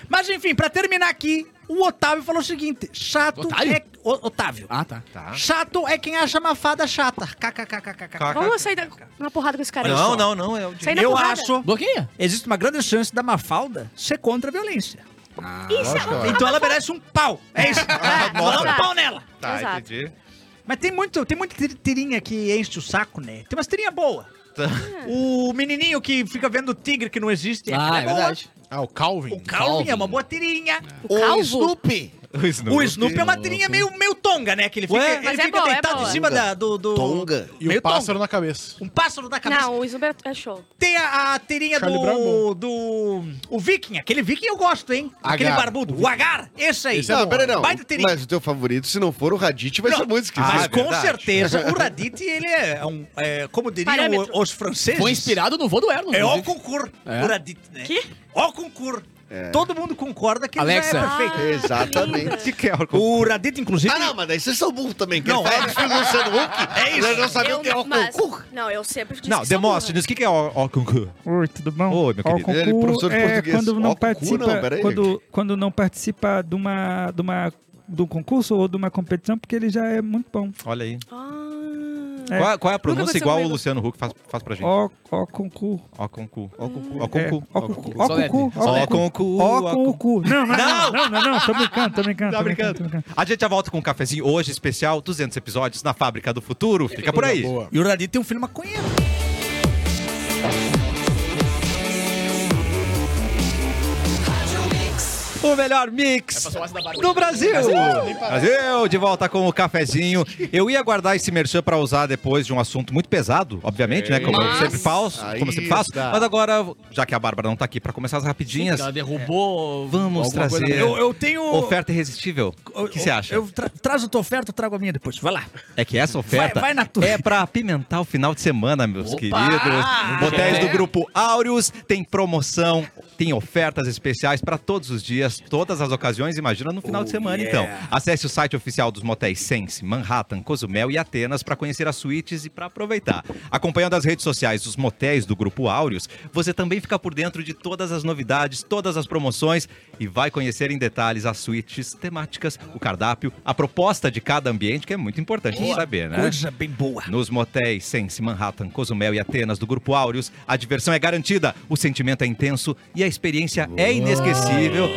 E: Mas enfim, pra terminar aqui, o Otávio falou o seguinte: chato
C: Otávio?
E: é. O- Otávio.
C: Ah, tá.
E: Chato é quem acha mafada chata. KKKKK.
D: Vamos sair da, na porrada com esse cara.
B: Não, não, não. É o de...
D: Sai na
E: Eu
D: porrada.
E: acho.
A: Bloqueia.
E: Existe uma grande chance da Mafalda ser contra a violência.
D: Isso,
A: Ah.
E: então ela merece um pau. É isso. É, vou dar um
D: Exato.
E: pau nela.
B: Tá,
D: Exato.
B: entendi.
E: Mas tem, muito, tem muita tir- tirinha que enche o saco, né? Tem umas tirinhas boas.
B: Tá.
E: O menininho que fica vendo o tigre que não existe. aquela
A: Ah, é
E: boa.
A: verdade.
G: Ah, o Calvin.
E: O Calvin é uma boa tirinha.
D: o calvo.
F: Snoopy.
B: O Snoop.
E: O Snoop é uma tirinha meio, meio tonga, né? Que ele fica,
B: Ué,
E: ele
D: mas é
E: fica
D: boa, é
E: deitado
D: boa.
E: em cima da, do, do-
F: Tonga.
G: E
E: Meio
G: o pássaro na cabeça.
E: Um pássaro da cabeça.
D: Não, o Snoop é show.
E: Tem a, a tirinha
G: Charlie Brown.
E: do, do. O Viking. Aquele Viking eu gosto, hein? Aquele
G: Agar.
E: barbudo. O Agar. Esse aí.
F: é
J: não, peraí, não.
E: Baita tirinha.
J: Mas o teu favorito, se não for o Radit, vai
E: Não,
J: ser muito esquisito.
E: Mas
B: Ah, é
E: com
B: verdade.
E: certeza o Radit, ele é um. é, como diriam
D: Parâmetro.
E: o- os franceses.
A: Foi inspirado no voo do Erlon.
E: É o
A: inclusive.
E: concurso.
A: É.
E: O Radit, né?
D: Que?
E: O concurso. Todo mundo concorda que ele
A: Alexa.
E: já é perfeito.
J: Exatamente.
B: que que é o
E: O Radit, inclusive.
F: Ah, não, mas daí vocês são burros também. Quem
E: Não,
F: fala
E: é.
F: que foi o Luciano Huck, é isso. nós não sabemos o que é o
D: mas-
F: concurso.
D: Não, eu sempre disse
B: Não,
D: que sou
B: Demóstenes, o que que é o Ocuncu?
K: Oi, tudo bom?
B: Oi, meu querido.
K: Ó, o
J: Ele é
K: concurso
J: professor de
K: é
J: português.
K: quando não
J: Ó, concurso
K: participa,
J: não, peraí.
K: quando, quando não participa de uma, de uma de um concurso ou de uma competição, porque ele já é muito bom.
B: Olha aí.
D: Ah, burra.
K: É.
B: Qual, qual é a
A: Nunca
B: pronúncia
A: vai ser
B: igual o
A: ruim.
B: Luciano Huck? Faz, faz pra gente.
K: Ó, ó concurso.
B: Ocuncu. Ocuncu.
K: É,
B: Ocuncu.
K: ó concurso, ó
A: Solete.
K: concurso, ó
B: Ó Ocuncu.
K: concurso. Ó com o cu. Não, não,
B: Não!
K: não, não, não, não, tô brincando, tô brincando.
B: Tá
K: tô brincando,
B: brincando.
K: tô brincando.
B: A gente já volta com um cafezinho hoje especial, 200 episódios na Fábrica do Futuro. Fica por aí.
G: Boa.
E: E o Radit tem um filho maconheiro.
B: O melhor mix do Brasil. Brasil, de volta com o cafezinho. Eu ia guardar esse merchan pra usar depois de um assunto muito pesado, obviamente, né? Como eu
C: Mas-
B: sempre faço, como eu sempre faço. Mas agora, já que a Bárbara não tá aqui pra começar as rapidinhas,
A: Ela
E: É.
A: derrubou.
B: vamos
A: alguma coisa
B: trazer
A: na-
E: Eu, eu tenho.
B: oferta irresistível. O
E: eu-
B: que você acha?
E: Eu tra traz a tua oferta, eu trago a minha depois. Vai lá.
B: É que essa oferta
E: Vai- vai na tua.
B: é pra apimentar o final de semana, meus
A: Opa!
B: queridos. Hotéis do
A: É.
B: Grupo Áureos tem promoção, tem ofertas especiais pra todos os dias, todas as ocasiões, imagina no final de semana, então. Acesse o site oficial dos motéis Sense, Manhattan, Cozumel e Atenas pra conhecer as suítes e pra aproveitar. Acompanhando as redes sociais dos motéis do Grupo Áureos, você também fica por dentro de todas as novidades, todas as promoções e vai conhecer em detalhes as suítes temáticas, o cardápio, a proposta de cada ambiente, que é muito importante de saber, né?
E: Coisa bem boa.
B: Nos motéis Sense, Manhattan, Cozumel e Atenas do Grupo Áureos, a diversão é garantida, o sentimento é intenso e a experiência é inesquecível.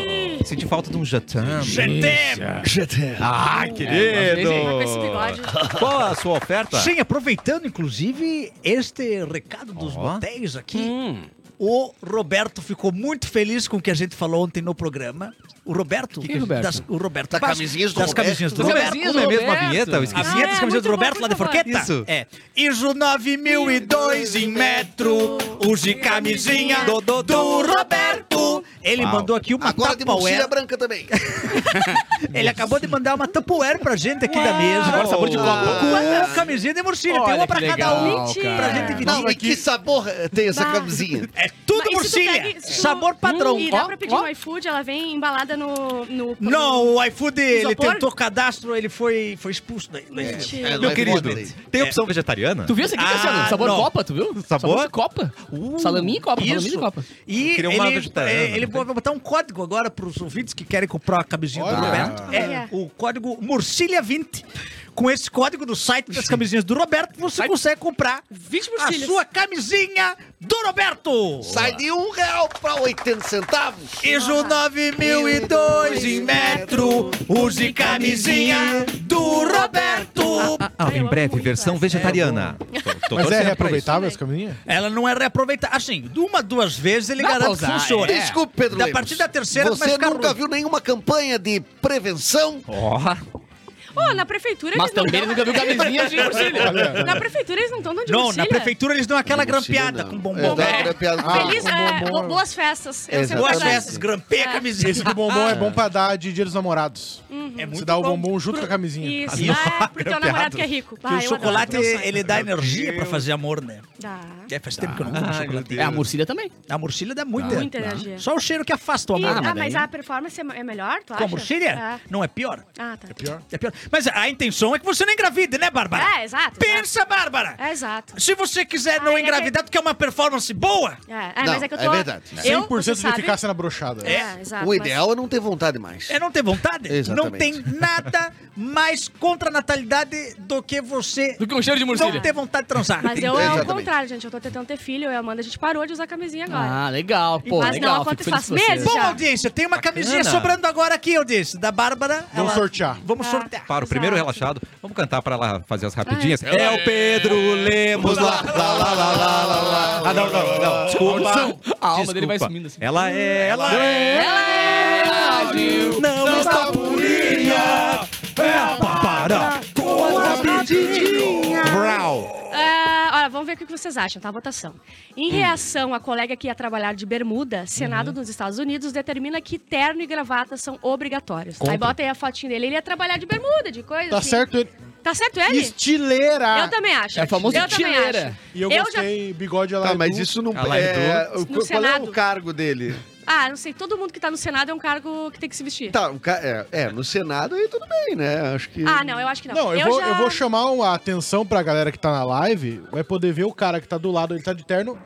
B: Senti falta de um jetam.
G: É.
E: Setembro.
B: Ai, querido!
D: Com esse bigode.
B: Qual a sua oferta?
E: Sim, aproveitando, inclusive, este recado dos
B: Ó.
E: motéis aqui. O Roberto ficou muito feliz com o que a gente falou ontem no programa. O Roberto?
A: que é Roberto?
E: das- o Roberto.
F: Da
E: Paz-
F: camisinhas do
E: das
F: Roberto.
E: camisinhas do
A: Os
E: Roberto.
A: bebezinhos
B: Não é
A: do
B: mesmo a
A: Roberto.
B: vinheta? Eu esqueci.
E: A vinheta das
D: é,
E: camisinhas
D: muito
E: do Roberto
D: bom,
E: lá de
D: muito
E: Forqueta?
B: Ah, bom.
E: É. ISO 9002 em metro, use camisinha do, do, do Roberto. Ele mandou aqui uma é.
F: Agora tem
E: Tupperware.
F: mochila branca também.
E: Ele acabou de mandar uma Tupperware pra gente aqui da mesa.
C: Agora sabor de coco.
E: Com camiseta e mochilha. tem
C: Olha
E: uma
C: que
E: pra cada
C: legal,
E: um.
C: cara.
E: Pra gente dividir.
F: Não, e que sabor tem essa
D: Bah.
F: camisinha?
E: É tudo
D: Mas e se tu
E: mochilha.
D: pega- se tu-
E: Sabor padrão.
D: E dá pra pedir no iFood, ela vem embalada no... no
E: Não, o iFood, ele
D: Isopor?
E: tentou cadastro, ele foi, foi expulso. Da, da
D: Mentira.
F: É, não
B: Meu
F: é
B: querido,
F: foda, Leite.
B: tem opção vegetariana?
C: Tu viu esse aqui,
E: Ah,
C: Cassiano? Sabor
E: não. Uh,
C: Copa, tu viu? de Copa. Salami e Uh, Copa, salami de
E: Isso.
C: Copa.
E: E
B: Criou
E: ele,
B: uma vegetariana,
E: é, ele
B: né?
E: vai botar um código agora pros ouvintes que querem comprar a camisinha do
G: Olha.
E: Roberto. É
D: Olha.
E: o código Murcilha20. Com esse código do site das camisinhas do Roberto, você consegue comprar
D: 20
E: a
D: murcilhas.
E: sua camisinha do Roberto.
F: Sai de um real pra 80 centavos.
E: Ijo 9002 em metro, use camisinha do Roberto.
D: Ah,
B: em
D: eu
B: breve,
D: amo muito
B: versão
D: essa.
B: vegetariana. Tô- tô
G: Mas é
B: torcendo pra isso.
G: reaproveitável as camisinhas?
E: Ela não é reaproveitada. Assim, uma, duas vezes ele
C: Dá pra
E: garante
C: usar,
E: que funciona.
C: é.
F: Desculpe, Pedro
E: Da
F: Lemos.
E: partir da terceira, tu vai
F: Você
E: ficar
F: nunca
E: ruim.
F: viu nenhuma campanha de prevenção?
B: Ó,
D: Ô, na prefeitura
C: Mas
D: eles não
C: também ele
D: dão-
C: nunca viu camisinha de murcilha.
D: Na prefeitura eles não estão dando de
E: Não, na
D: murcilha.
E: prefeitura eles dão aquela
J: Murcilha,
E: grampeada
J: não.
E: com
F: É,
E: bombom.
F: dá
E: É.
F: pra piada.
D: Feliz, é,
G: bombom.
D: bo- boas festas. Eu sempre
E: Boas
D: gosto.
E: festas, grampeia a camisinha.
G: Esse do bombom é bom pra dar de Dia dos Namorados.
E: É
G: Você dá o bombom junto com a camisinha.
D: Hum. Isso, ah, porque é o namorado que é rico. Ah,
E: Porque o
D: eu
E: chocolate,
D: adoro.
E: ele dá energia pra fazer amor, né?
D: Dá.
E: É, faz tempo que eu não como chocolate.
C: É, a murcilha também.
E: A murcilha dá muita.
D: Muita energia.
E: Só o cheiro que afasta o
D: E-
E: amor.
D: ah,
E: né?
D: mas a performance é é melhor, tu acha?
E: Com a murcilha?
D: Ah,
E: Não é pior.
D: ah, tá.
E: É pior. Mas a intenção é que você não engravide, né, Bárbara?
D: É, exato.
E: Pensa, Bárbara!
D: É, exato.
E: Se você quiser não
D: Ah, é
E: engravidar, tu quer uma performance boa,
D: É, é,
F: Não,
D: mas é que eu
F: é
D: tô...
F: verdade.
D: Eu,
G: 100% de
D: você sabe-
G: eficácia na brochada.
D: É, exato.
F: O
D: mas-
F: ideal é não ter vontade mais.
E: é não ter vontade.
F: Exatamente.
E: Não tem nada mais contra a natalidade do que você
C: Do que um cheiro de murcilha.
E: não ter vontade de transar.
D: Mas eu é ao
F: Exatamente.
D: contrário, gente. Eu tô tentando ter filho, eu e a Amanda, a gente parou de usar camisinha agora.
C: Ah, legal, pô,
D: Mas não,
C: legal.
D: há quanto
C: fico feliz
D: faz
C: por você.
D: meses?
E: Bom,
D: Já.
E: audiência, tem uma camisinha sobrando agora aqui, audiência, da Bárbara.
G: Vamos
E: Ela-
G: sortear.
D: Ah.
E: Vamos sortear.
B: Ah, para o
D: Exato.
B: primeiro relaxado. Vamos cantar pra lá fazer as rapidinhas. É o Pedro Lemos lá,
J: tá,
B: lá, lá, lá, lá, lá, lá. Ah, não, não, não. Desculpa.
C: A alma
B: Desculpa.
C: dele vai sumindo assim.
B: Ela é, ela é.
E: Não
D: Tá
E: está
B: Brau.
D: Ah, olha, vamos ver o que vocês acham, tá? Votação.
G: Hum.
D: Em reação à colega que ia trabalhar de bermuda, Senado
G: Uhum.
D: dos Estados Unidos determina que terno e gravata são obrigatórios. Aí bota aí a fotinha dele. Ele ia trabalhar de bermuda, de coisa
G: Tá
D: assim.
G: certo Ah, ele.
D: Tá certo ele?
G: Estileira!
D: Eu também acho.
C: É o famoso
D: Eu também
C: tileira.
D: acho.
G: E eu
D: Eu
G: gostei, bigode lá.
J: Tá, mas isso não
B: Ela
J: é. o-
D: No
J: Qual é
D: Senado.
J: o cargo dele?
D: Ah, não sei. Todo mundo que tá no Senado é um cargo que tem que se vestir.
J: Tá, o ca- é, é, no Senado aí tudo bem, né? Acho que.
D: Ah, não, eu acho que não.
G: Não, eu, vou,
D: já-
G: eu vou chamar uma atenção pra galera que tá na live. Vai poder ver o cara que tá do lado, ele tá de terno,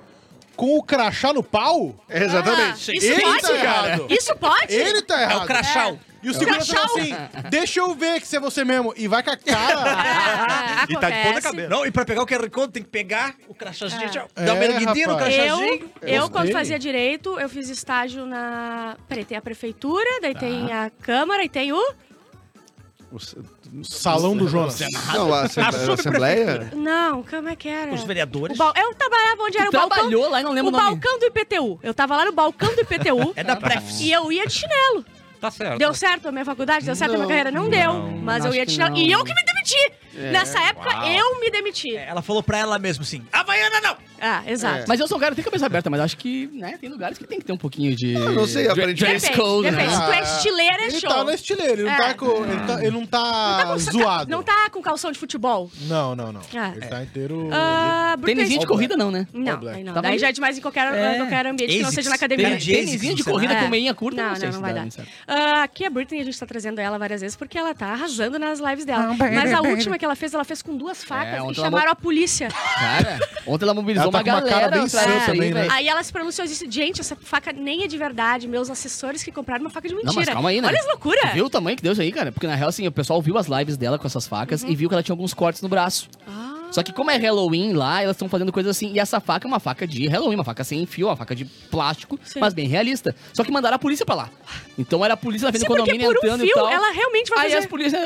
G: com o crachá no pau.
J: É, Exatamente.
D: Ah, isso
G: Ele
D: pode?
G: tá errado.
D: Isso pode?
G: Ele tá
E: É
G: errado.
E: o crachal.
G: E o segurança fala assim, deixa eu ver que você é você mesmo. E vai com a cara.
D: Ah,
B: E tá de ponta
D: acontece.
B: cabeça.
E: Não, e pra pegar o QR Code tem que pegar o crachazinho,
D: É.
E: tchau, dar uma
G: É,
E: erguidinha no
G: rapaz.
E: crachazinho.
D: Eu, eu quando
G: Gostei.
D: fazia direito, eu fiz estágio na. Peraí, tem a prefeitura, daí tem a Câmara e tem o. Ah.
G: Salão do Jonas.
J: Não, a, assemble- a Assembleia?
D: Não, como é que era?
E: Os
D: O
E: vereadores.
D: bal- Eu trabalhava onde era o balcão.
C: Trabalhou lá e não lembro
D: O
C: o nome.
D: balcão do IPTU. Eu tava lá no balcão do IPTU.
E: É da Prefs.
D: Ah, tá. E eu ia de chinelo.
B: Tá certo.
D: Deu certo a minha faculdade? Deu certo a minha carreira? Não, deu. Mas eu
C: acho
D: ia de
C: que
D: chinelo.
C: não.
D: E eu que me demiti. Nessa época, eu me demiti.
E: Ela falou pra ela mesma assim, Havaiana não!
D: Ah, exato.
C: Mas eu sou um cara que tem cabeça aberta, mas acho que, né, tem lugares que tem que ter um pouquinho de...
G: Ah,
J: Eu não sei,
C: dre-
J: aparentemente-
C: Dress
D: Depende,
C: code,
D: depende. Se
C: né?
D: tu é estileira, é
G: Ele
D: show.
G: tá no estileiro, ele,
D: É.
G: tá com- ele, tá, ele não tá,
D: Não tá com-
G: zoado.
D: Não tá com calção de futebol.
G: Não, não, não.
D: Ah.
G: Ele tá inteiro.
D: Ah, Bruce
C: Tênisinho de corrida não, né?
D: Não,
G: Black.
D: aí não.
C: Tava
D: Daí
C: ali.
D: já é demais em qualquer,
E: É.
D: qualquer ambiente que não
E: Asics.
D: seja na academia.
E: Tem
D: né?
E: Jeans,
C: Tênisinho de
E: sei lá.
C: corrida
D: É.
C: com meinha curta,
D: Não,
C: não sei
D: não,
C: se
D: não vai
C: dá,
D: dar.
C: né, certo?
D: Ah, aqui a Britney, a gente tá trazendo ela várias vezes porque ela tá arrasando nas lives dela. Mas a última que ela fez, ela fez com duas facas e
C: ontem ela
D: chamaram a polícia.
C: Cara, ontem ela mobilizou
G: Ela tá
C: uma
G: com uma cara
C: galera
G: bem
C: atrás
G: sã
C: disso
G: também,
C: aí,
G: né?
C: velho.
D: Aí ela se pronunciou e disse: Gente, essa faca nem é de verdade. Meus assessores que compraram uma faca de mentira.
C: Não, mas calma aí, né?
D: Olha as loucuras.
C: Tu viu o tamanho que deu isso aí, cara? Porque na real, assim, o pessoal viu as lives dela com essas facas
D: Uhum.
C: e viu que ela tinha alguns cortes no braço.
D: Ah.
C: Só que como é Halloween lá, elas estão fazendo coisas assim. E essa faca é uma faca de Halloween, uma faca sem fio, uma faca de plástico,
D: Sim.
C: mas bem realista. Só que mandaram a polícia pra lá. Então era a polícia lá
D: Sim,
C: vendo o
D: porque
C: condomínio
D: por um
C: entrando e
D: fio,
C: tal.
D: ela realmente vai
C: Aí as
D: fazer.
C: polícias.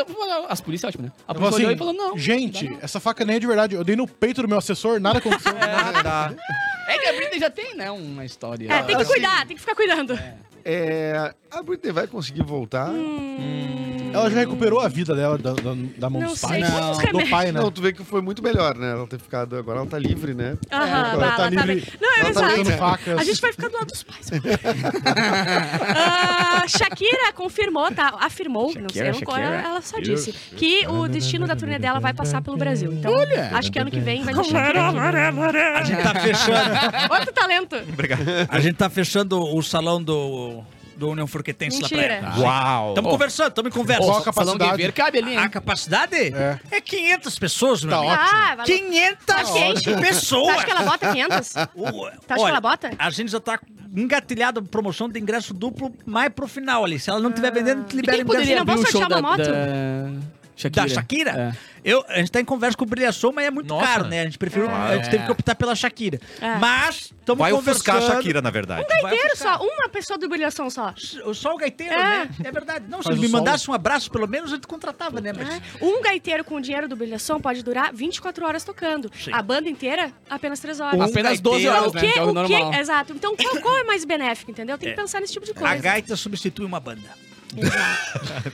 C: As polícias, é ótimo, né? A
G: Eu falo
C: polícia olhou
G: assim,
C: e falou: não.
G: gente,
C: não dá
G: essa faca nem é de verdade. Eu dei no peito do meu assessor, nada aconteceu.
C: é não." É que a Britney já tem, né? Uma história.
D: É, tem que cuidar, tem que ficar cuidando.
J: É, A Britney vai conseguir voltar.
D: Hum.
C: É.
G: Ela já recuperou a vida dela da, da, da mão
D: Não
G: dos
D: sei,
G: pais.
D: quantos
G: Do
D: remédios-
G: pai, né?
J: Não, tu vê que foi muito melhor, né? Ela ter ficado. Agora ela tá livre, né?
D: Aham,
G: ela
D: bah,
G: tá
D: ela tá
G: livre-
D: bem. Não, é
J: ela tá
D: verdade.
G: Dando facas.
D: A gente vai ficar do lado dos pais. Ah, Shakira confirmou, tá? Afirmou, não sei
L: Shakira,
D: qual, ela,
L: Shakira.
D: ela só disse que o destino da turnê dela vai passar pelo Brasil. Então, acho que ano que vem vai ter Shakira.
E: A gente tá fechando.
D: Outro talento.
E: A gente tá fechando o salão do, do União Forquetense lá pra
D: Mentira.
E: ela.
B: Uau!
E: Estamos conversando, estamos em conversa.
G: Qual a
C: Salão de
G: capacidade? Ah,
C: ver cabe ali,
E: A
C: hein?
E: capacidade é, 500 pessoas, meu
G: Tá
E: amigo.
D: Ah, valeu.
E: 500
D: Acho que enche. Tu
E: pessoas!
D: acha que ela bota 500? Tu
E: O-
D: acha que
E: olha,
D: ela tá bota?
E: A gente já tá engatilhado a promoção de ingresso duplo mais pro final ali. Se ela não estiver vendendo, te
C: E
E: libera
C: quem
E: ingresso
C: poderia
D: Não vão
C: abrir o show
D: sortear
C: da,
D: uma moto?
C: da Shakira? É.
E: Da
B: É.
E: Shakira? Eu, a gente tá em conversa com o Brilhação, mas é muito
L: Nossa.
E: caro, né? A gente preferiu. A gente teve que optar pela Shakira.
D: É.
E: Mas, estamos
B: Ah, Vai
E: conversando.
B: ofuscar a Shakira, na verdade.
E: Vai
D: Inteiro
E: ofuscar.
D: só, uma pessoa do brilhação só.
E: O sol gaiteiro,
D: É.
E: né? É verdade. Não, se
G: Faz
E: ele me
G: o sol.
E: mandasse um abraço, pelo menos eu te contratava, né? Mas...
D: Um gaiteiro com o dinheiro do brilhação pode durar 24 horas tocando.
E: Sim.
D: A banda inteira, apenas 3 horas.
E: Um
C: Apenas 12
D: Então,
E: gaiteiro.
C: horas,
D: o
C: né?
D: que,
C: Que é
D: o que-
C: normal.
D: exato. Então, qual, qual é mais benéfico, entendeu? Tem que pensar nesse tipo de
E: A
D: coisa.
E: gaita substitui uma banda.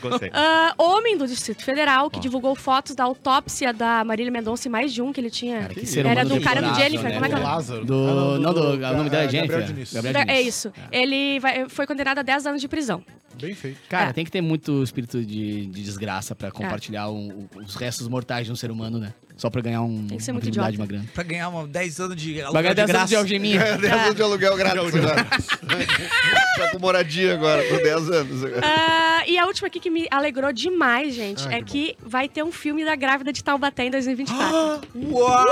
B: Gostei.
D: Ah, homem do Distrito Federal, que divulgou fotos da autópsia da Marília Mendonça e mais de um que ele tinha.
C: Cara, que ser
D: Era
C: humano
D: do cara do
C: debochado,
D: Jennifer,
C: né?
D: como é que é?
G: Lázaro.
C: Do-
G: Ah,
C: não, do- o nome dela é
G: ah, Gabriel
C: Jennifer.
G: Diniz.
C: Gabriel-
D: É isso. Ele vai- foi condenado a 10 anos de prisão.
G: Bem feito.
C: Cara,
D: É.
C: tem que ter muito espírito de, de desgraça pra compartilhar um- os restos mortais de um ser humano, né? Só pra ganhar um,
D: Tem que ser
C: uma
D: muito
C: habilidade,
D: idiota.
C: uma grana.
E: Pra ganhar uma 10 anos de aluguel
C: Bagulho
E: de
C: dessa
E: graça.
C: de
D: É.
C: algeminha.
J: 10 anos de aluguel grátis agora. tá com moradia agora, por 10 anos. agora.
D: Ah, e a última aqui que me alegrou demais, gente, é que vai ter um filme da grávida de Taubaté em 2024.
E: Uau,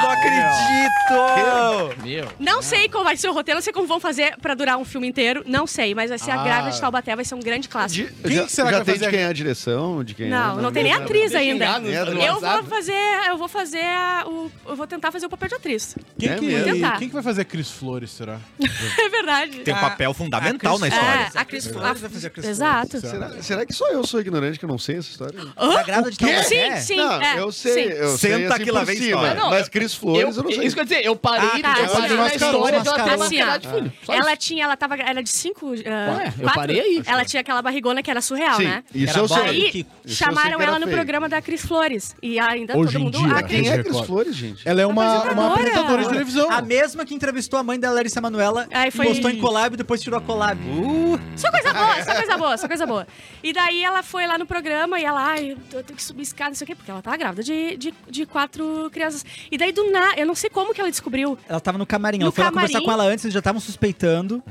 E: não acredito!
C: Meu.
D: não sei qual vai ser o roteiro, não sei como vão fazer pra durar um filme inteiro, não sei, mas vai ser a
G: Ah.
D: grávida de Taubaté, vai ser um grande clássico.
J: De-
G: Quem
J: já,
G: será que
J: já
G: vai
J: tem
G: fazer
J: de quem é a direção? De quem
D: Não,
J: é,
D: não tem nem atriz ainda. Eu vou
C: WhatsApp.
D: fazer, eu vou fazer a- o, eu vou tentar fazer o papel de atriz.
G: Quem,
J: É
G: que,
J: mesmo.
D: Tentar.
G: quem que vai fazer a Cris Flores, será?
D: É verdade.
B: Tem um
E: A-
B: papel fundamental na
E: a Cris-
B: história.
D: É, a Cris
E: Flores vai fazer a né? Cris
D: Exato.
J: Será, será que só eu sou ignorante que eu não sei essa história?
E: A grávida de Taubaté.
D: Sim, sim.
J: não,
D: é,
J: eu sei.
D: sim.
J: Eu sei
B: Senta
J: assim
B: que lá
J: por
B: vem
J: cima,
B: história.
C: Não,
J: Mas Cris Flores eu, não sei.
C: Isso que eu ia dizer, eu parei,
E: Ah,
D: tá, Assim,
C: eu parei na
G: desmascarou,
C: história de ela ter
G: desmascarou.
C: uma cara de filho. Só
D: Ela tinha, ela tava, era de cinco, ah,
C: eu
D: quatro.
C: parei aí.
D: Ela tinha aquela barrigona que era surreal,
J: Sim,
D: né?
J: isso
E: Era
J: eu sei.
E: bola
D: Aí
E: que-
J: isso eu sei
D: chamaram
J: que era
D: ela no
J: feio.
D: programa da Cris Flores. E ainda
G: Hoje
D: todo
G: em
D: mundo.
G: dia.
D: a Cris-
J: Quem é
G: Record.
J: Cris Flores, gente?
G: Ela é uma, uma
D: Apresentadora. Ah,
G: apresentadora de televisão.
E: A mesma que entrevistou a mãe da Larissa Manoela,
D: Aí foi-
E: postou em collab e depois tirou a collab. Uh,
D: Só coisa boa, só coisa boa, só coisa boa. E daí ela foi lá no programa e ela, ai, eu tenho que subir escada, não sei o quê, porque ela tava grávida de, de, de quatro crianças. E daí do nada, eu não sei como que ela descobriu.
E: ela tava no camarim,
D: No
E: ela foi lá
D: camarim.
E: conversar com ela antes, eles já estavam suspeitando.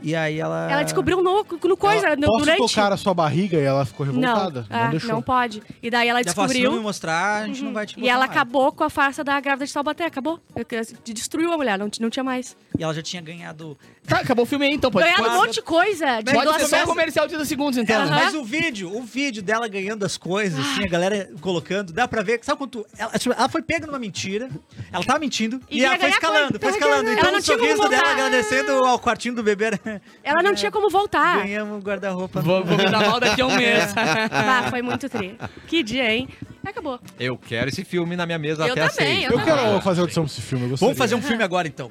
E: E aí ela...
D: Ela descobriu no, no coisa,
G: É. Ela-
D: é, no,
G: Posso
D: durante.
G: tocar a sua barriga e ela ficou
D: não,
G: revoltada?
D: é,
G: deixou.
D: não pode. E daí ela
E: Ela falou, se não me
D: descobriu. Uhum.
E: mostrar, a gente não vai te
D: E
E: botar
D: ela
E: mais.
D: acabou com a farsa da grávida de Taubaté, acabou. Eu- eu- Destruiu a mulher, não, t- não tinha mais.
E: E ela já tinha ganhado...
C: Tá, acabou o filme aí, então. Pode,
D: Ganharam um
C: pode,
D: monte de coisa. De
C: pode ser só um
D: doação.
C: comercial de 30 segundos, então.
D: Aham. Ah.
E: Mas o vídeo, o vídeo dela ganhando as coisas, assim, a galera colocando, dá pra ver. Sabe quanto. Ela, tipo, ela foi pega numa mentira, ela tava mentindo,
D: E
E: e, ela
D: ia
E: foi
D: ganhar
E: escalando,
D: coisa,
E: foi
D: tá
E: escalando.
D: ganhando. Ela
E: Então o
D: não tinha como
E: sorriso dela
D: voltar.
E: agradecendo ao quartinho do bebê. era,
D: Ela não tinha como voltar.
E: Ganhamos guarda-roupa.
C: Vou, vou me dar mal daqui a um mês.
D: Bah, Ah, foi muito tri. Que dia, hein? Acabou.
B: Eu quero esse filme na minha mesa
D: É. Eu
B: até
D: também,
B: às seis.
D: eu
G: Eu quero fazer audição pra esse filme. Eu gostaria.
E: Vamos fazer um filme agora, então.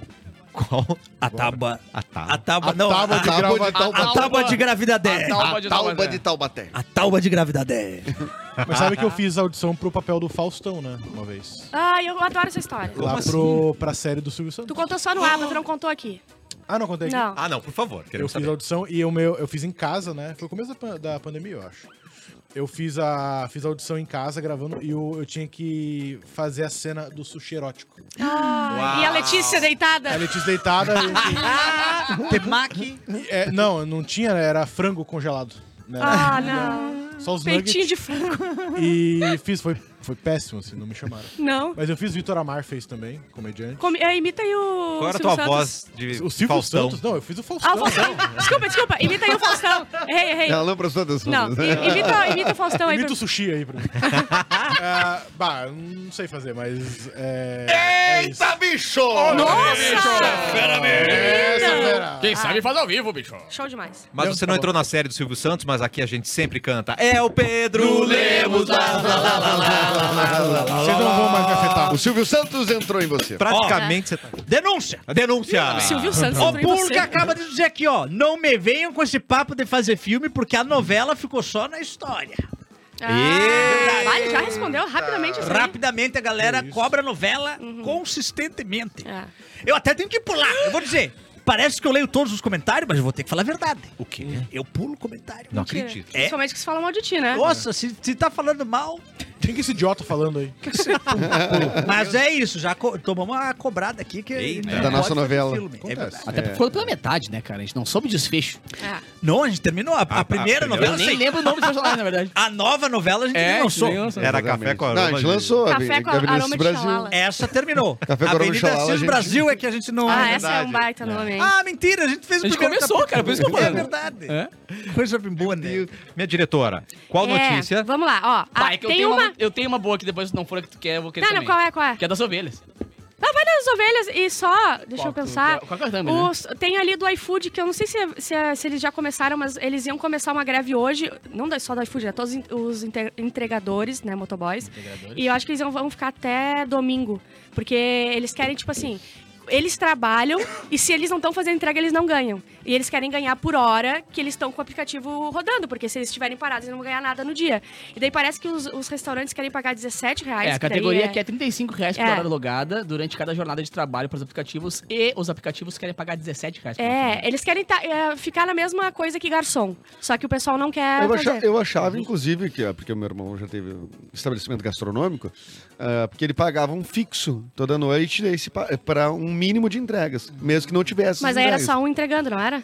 B: Qual?
E: A tábua.
B: A tábua.
E: A tábua, Ah, não.
G: tábua
E: a-
F: tá.
G: de
E: a-
G: grau-
J: Tábua de Taubaté.
E: a tábua de gravidade.
J: A Tauba de Taubaté.
E: A tábua de gravidade.
G: Mas sabe que eu fiz audição pro papel do Faustão, né? Uma vez.
D: Ai, eu adoro essa história.
G: Lá
E: assim?
G: pro, pra série do Silvio Santos.
D: Tu contou só no Aba, tu não contou aqui.
G: Ah, não contei aqui?
D: Não.
B: Ah, não, por favor.
G: Eu
B: Queremos
G: fiz
B: saber.
G: a audição e o meu, eu fiz em casa, né? Foi o começo da, pan- da pandemia, eu acho. Eu fiz a, fiz a audição em casa, gravando, e eu, eu tinha que fazer a cena do sushi erótico. Ah.
D: Ai, E a Letícia deitada.
G: A Letícia deitada. e-
E: Temaki.
G: e- é, não, não tinha, né? era frango congelado. Né?
D: Ah, não.
G: Só os
D: Peitinho
G: nuggets.
D: de frango.
G: E fiz, foi, foi péssimo, assim, não me chamaram.
D: Não.
G: Mas eu fiz, Vitor Amar fez também, comediante.
D: Come- é, imita aí o.
B: Qual era a
D: Silvio
B: tua
D: Santos.
B: voz de
G: O Silvio
B: Faustão?
G: Santos, não, eu fiz o Faustão.
D: Ah, o Faustão. Desculpa, desculpa. Imita aí o Faustão. Errei, errei.
J: Ela não prestou atenção.
D: Não,
J: nisso.
D: i- imita, imita o Faustão aí.
G: Imita
D: pra-
G: o sushi aí pra mim. Ah, bah, eu não sei fazer, mas. É, é isso.
F: Eita, bicho!
D: Nossa!
G: Essa fera.
L: Quem
D: Ah.
L: sabe faz ao vivo, bicho.
D: Show demais.
B: Mas você não entrou na série do Silvio Santos, mas aqui a gente sempre canta. É o Pedro Lemos.
G: Vocês não vão mais me afetar.
J: tá. O Silvio Santos entrou em você.
B: Praticamente você tá.
E: Denúncia!
B: Denúncia!
D: Silvio Santos
E: O
D: entrou em você.
E: Burga acaba de dizer aqui, ó. Não me venham com esse papo de fazer filme, porque a novela ficou só na história.
D: Ah, vale, já respondeu rapidamente isso aí.
E: Rapidamente a galera cobra a novela consistentemente.
D: Ah.
E: Eu até tenho que pular, eu vou dizer. Parece que eu leio todos os comentários, mas eu vou ter que falar a verdade. O quê? Eu pulo o comentário.
B: Não
D: Mentira.
B: acredito.
D: É. Principalmente que se fala mal de ti, né?
E: Nossa, se, se tá falando mal.
G: Quem que é esse idiota falando aí?
E: Mas é isso, já co- tomamos uma cobrada aqui que.
B: Eita.
E: não
J: Da nossa
E: pode fazer
J: novela.
E: filme. É
G: Acontece.
E: verdade.
C: Até porque ficou pela metade, né, cara? A gente não soube o desfecho.
D: Ah.
E: não, a gente terminou. A, a
B: a
E: primeira
B: primeira.
E: novela,
C: Eu nem
E: sim.
C: lembro o nome do personagem, na verdade.
E: A nova novela a gente
K: É,
E: nem lançou.
D: né?
B: Era café com
J: Não, a
B: aroma
J: gente
B: de-
J: lançou.
D: Café com
J: Gabinete
D: aroma
J: do
D: de chalala.
E: Essa terminou.
K: Tá
J: Café com Aroma e
E: Avenida
J: Chalala,
E: Assis
J: a gente-
E: Brasil é que a gente não.
D: Ah,
E: É
D: essa é um
E: verdade.
D: baita nome, hein?
E: Ah, mentira, a gente fez o
C: A gente
E: primeiro
C: começou,
E: capítulo.
C: cara, por isso que eu
E: É
C: falando. É.
E: verdade. Coisa bem boa, né?
B: Minha diretora, qual
D: É,
B: notícia?
D: Vamos lá, ó. Ah,
C: Tá, é que eu
D: tem
C: tenho
D: uma...
C: uma... eu tenho uma boa que depois se não for a que tu quer, eu vou querer
D: Não, não,
C: também.
D: qual é, qual é?
C: Que é das ovelhas.
D: Não, vai nas ovelhas e só... Deixa
C: Qual
D: eu
C: que tu-
D: pensar.
C: qual que é o nome, né?
D: Os- Tem ali do iFood, que eu não sei se, se, se eles já começaram, mas eles iam começar uma greve hoje. Não da- só do iFood, é todos in- os inte- entregadores, né, motoboys. E eu acho que eles vão, vão ficar até domingo. Porque eles querem, tipo assim... Eles trabalham e se eles não estão fazendo entrega, eles não ganham. E eles querem ganhar por hora que eles estão com o aplicativo rodando, porque se eles estiverem parados, eles não vão ganhar nada no dia. E daí parece que os, os restaurantes querem pagar 17
C: é,
D: reais.
C: a
D: que daí
C: categoria quer 35 reais por
D: É.
C: hora logada durante cada jornada de trabalho para os aplicativos e os aplicativos querem pagar 17 reais por hora.
D: É, eles querem tá- é, ficar na mesma coisa que garçom. Só que o pessoal não quer
J: Eu, acha-
D: fazer.
J: eu
D: Uhum.
J: achava, inclusive, que ó, porque o meu irmão já teve um estabelecimento gastronômico, ah, porque ele pagava um fixo toda noite para um mínimo de entregas, mesmo que não tivesse. Né?
D: Mas aí era
J: entregas.
D: só um entregando, não era?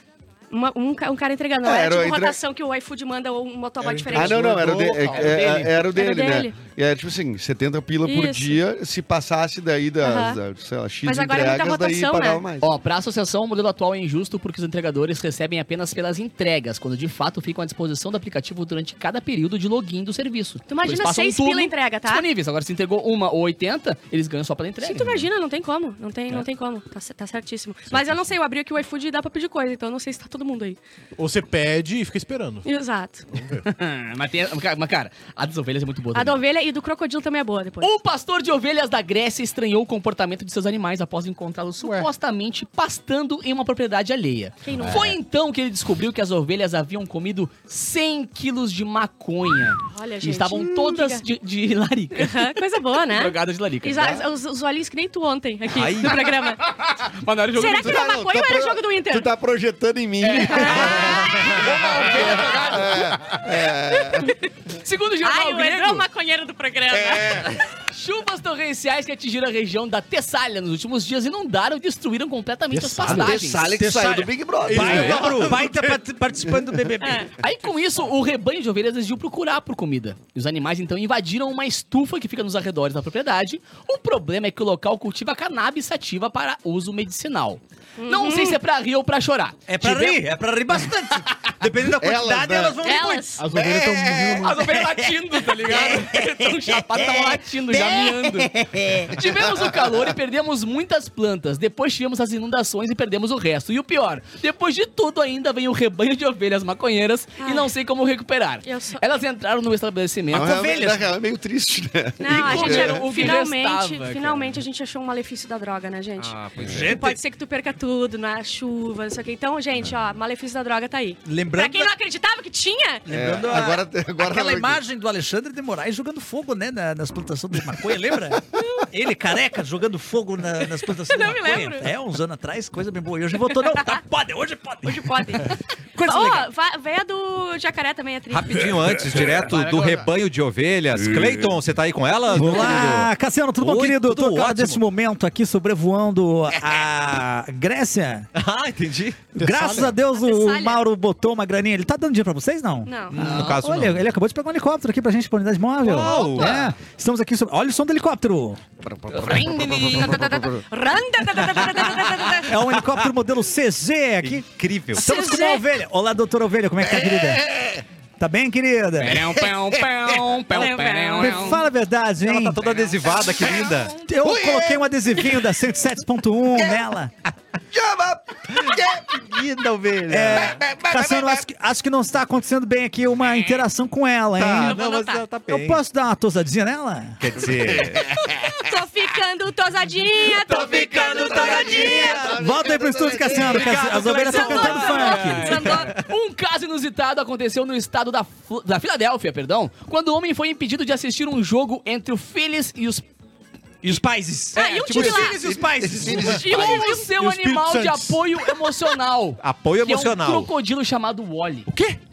D: Uma- um, ca- um cara entregando. Não
J: É,
D: era,
J: era o
D: tipo
J: entre-
D: rotação que o iFood manda um motoboy
G: Era o
D: diferente.
J: Ah, não, não, era o, de-
G: Local.
J: é- é-
G: Era dele.
J: era o dele, né?
D: dele.
J: E era tipo assim, 70 pila por
D: Isso.
J: dia, se passasse daí das,
D: Aham.
J: da, sei lá, X
D: Mas agora é
J: entregas,
D: muita
J: daí
D: rotação,
J: pagava
D: né?
J: mais.
C: Ó, pra associação, o modelo atual é injusto porque os entregadores recebem apenas pelas entregas, quando de fato ficam à disposição do aplicativo durante cada período de login do serviço.
D: Tu imagina
C: Eles passam um
D: seis
C: turno
D: pila entrega, tá?
C: Disponíveis. Agora, se entregou uma ou 80, eles ganham só pela entrega.
D: Sim, tu imagina, não tem como. Não tem,
J: É.
D: não tem como. Tá, ce- tá certíssimo. Mas eu não sei, eu abri aqui o iFood e dá pra pedir coisa, então eu não sei se tá todo mundo aí.
G: Ou você pede e fica esperando.
D: Exato.
C: mas, tem- mas, cara, a das ovelhas é muito boa.
D: A
C: também.
D: da ovelha e do crocodilo também é boa depois.
C: Um pastor de ovelhas da Grécia estranhou o comportamento de seus animais após encontrá-los supostamente pastando em uma propriedade alheia.
D: Quem é? nunca?
C: Foi então que ele descobriu que as ovelhas haviam comido 100 quilos de maconha.
D: Olha,
C: e
D: gente. Hum,
C: estavam todas de, de larica.
D: Aham, Coisa boa, né?
C: Drogadas de larica.
D: E
C: Tá?
D: já- os, os olhinhos que nem tu ontem aqui no programa.
C: Mas não era jogo
D: Será
C: do-
D: que era
J: tá- não,
D: maconha ou
J: tá
D: era
J: pro-
D: jogo do Inter? É.
J: Tu tá projetando em mim. é
C: Tá. Segundo o jornal
D: Ai, o
C: grego,
D: Pedro é o maconheiro do programa.
J: É.
C: chuvas torrenciais que atingiram a região da Tessália nos últimos dias inundaram e destruíram completamente as
F: A
C: pastagens.
F: Tessalha que saiu do Big Brother.
C: É.
E: Baita, baita pat- participando do BBB.
D: É.
C: Aí com isso, o rebanho de ovelhas decidiu procurar por comida. E os animais então invadiram uma estufa que fica nos arredores da propriedade. O problema é que o local cultiva cannabis sativa para uso medicinal.
D: Uhum.
C: Não sei se é pra rir ou pra chorar.
E: É pra
C: Tivemos-
E: rir, é pra rir bastante. Dependendo da
J: Elas,
E: quantidade,
J: né?
E: elas, vão rir muito.
D: Elas.
G: As ovelhas estão vindo
C: É. As ovelhas latindo, tá ligado? Tão chapadas, estavam
E: É.
C: latindo, já miando. Tivemos o calor e perdemos muitas plantas. Depois tivemos as inundações e perdemos o resto. E o pior, depois de tudo ainda vem o rebanho de ovelhas maconheiras e
D: Ai.
C: não sei como recuperar.
D: Eu sou-
C: Elas entraram no estabelecimento.
J: Não, é-
E: ovelhas.
J: na real, é meio triste, né?
D: Não, a gente
C: comer
D: era, um-
C: o que
D: finalmente,
C: restava, cara.
D: finalmente a gente achou um malefício da droga, né, gente?
E: é. Gente,
D: Pode ser que tu perca tudo, na chuva, não sei o quê. Então, gente, ó, malefício da droga tá aí.
E: Lembrando
D: Pra quem
E: da-
D: não acreditava que tinha,
E: é,
K: é,
E: Lembrando a-
J: é, agora- tá, agora-
E: aquela imagem do Alexandre de Moraes jogando fogo, né? na- nas plantações de maconha, lembra? Ele careca jogando fogo na- nas plantações
D: Não
E: de
D: me
E: maconha.
D: lembro.
E: É, uns anos atrás, coisa bem boa. E hoje voltou, não, tá, pode, hoje pode.
D: hoje pode.
E: Coisa legal.
D: Ó, va- vem a do jacaré também, é triste.
B: Rapidinho antes, direto do rebanho de ovelhas. Cleiton, você tá aí com elas? meu querido?
K: Olá, Cassiano, tudo bom,
B: Oi,
K: querido?
B: tudo
K: Tô agora
B: ótimo.
K: nesse momento aqui sobrevoando a Grécia.
B: Ah, entendi. né?
K: Graças a Deus o
D: Tessália.
K: Mauro botou uma graninha. Ele tá dando dinheiro pra vocês, não?
D: Não.
B: No caso,
K: Olha,
B: não.
K: ele acabou de pegar um helicóptero aqui pra gente, pra unidade móvel.
B: Uau!
K: É, estamos aqui sobre... Olha o som do helicóptero. É um helicóptero modelo CZ aqui.
B: Incrível.
K: Estamos com uma ovelha. Olá, doutora ovelha, como é que tá, querida? Tá bem, querida?
B: É,
C: Perão, perão,
D: um
C: perão, perão,
D: né? É
C: perão.
K: Me fala a verdade,
B: um, Ela
K: hein?
B: tá toda adesivada, que linda.
K: Eu coloquei um adesivinho da 107.1 nela.
B: Linda ovelha.
K: É, Cassiano, acho que, acho que não está acontecendo bem aqui uma interação com ela,
B: Tá,
K: hein?
B: não, mas ela tá bem.
K: Eu posso dar uma tosadinha nela?
B: Quer dizer,
D: Tô ficando ficando tosadinha, tô ficando
B: Tá.
D: tosadinha.
E: Volta aí pro estúdio, Cassiano. que as- As ovelhas estão cantando funk.
C: Um caso inusitado aconteceu no estado da, Fl- da Filadélfia, perdão, quando o homem foi impedido de assistir um jogo entre o Phillies e os É,
E: E os pais?
D: Ah, e um time lá.
E: e os pais?
J: é
C: e o seu
G: E o Espírito
C: animal de
G: Santos.
C: apoio emocional.
B: Apoio
C: Que é um
B: emocional.
C: crocodilo chamado Wally.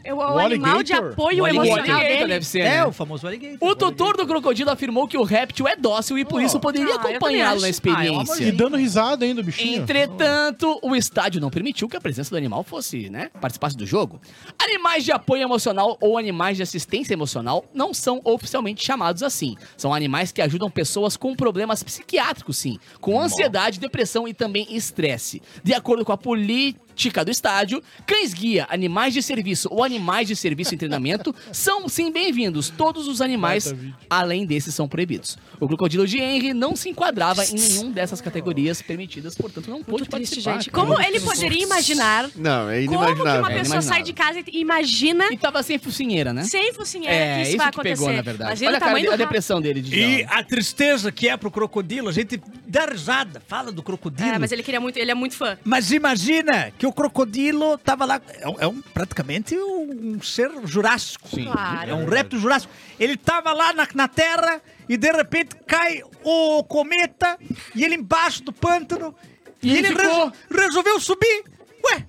D: É o
G: Wally
D: animal de
G: Gator.
D: apoio emocional
C: Alligator
D: dele.
C: deve ser. né?
E: É, o famoso alligator.
C: O tutor do crocodilo afirmou que o réptil é dócil e por isso poderia
D: Ah, eu também
C: acompanhá-lo
D: acho. Ah, é
C: na
G: E
C: experiência.
G: dando risada ainda, o bichinho.
C: Entretanto, o estádio não permitiu que a presença do animal fosse, né, participasse do jogo. Animais de apoio emocional ou animais de assistência emocional não são oficialmente chamados assim. São animais que ajudam pessoas com problemas psiquiátricos, sim, com ansiedade, depressão e também estresse. De acordo com a política do estádio, cães guia, animais de serviço ou animais de serviço em treinamento são sim bem-vindos. Todos os animais, além desses, são proibidos. O crocodilo de Henry não se enquadrava em nenhum dessas categorias permitidas, portanto não pôde
D: Muito triste,
C: participar.
D: gente.
C: cara.
D: Como ele poderia imaginar
J: Não, é
D: como que uma
J: inimaginável.
D: pessoa sai de casa e imagina
C: E tava sem focinheira, né?
D: sem focinheira
C: É,
D: que isso
C: isso
D: vai
C: que
D: acontecer?
C: pegou, na verdade.
D: Imagina
C: Olha
D: o
C: a, cara, de-
D: tamanho
C: a
D: do rato.
C: depressão dele, de
E: E a tristeza que é pro crocodilo, a gente dá risada, fala do crocodilo.
D: É, mas
E: mas,
D: ele queria muito, ele é muito fã.
E: imagina que o crocodilo tava lá. É, um- é um, praticamente um ser jurássico.
D: Claro.
E: É um réptil jurássico. Ele tava lá na, na terra e de repente cai o cometa e ele embaixo do pântano. E, ele reso- resolveu subir. Ué,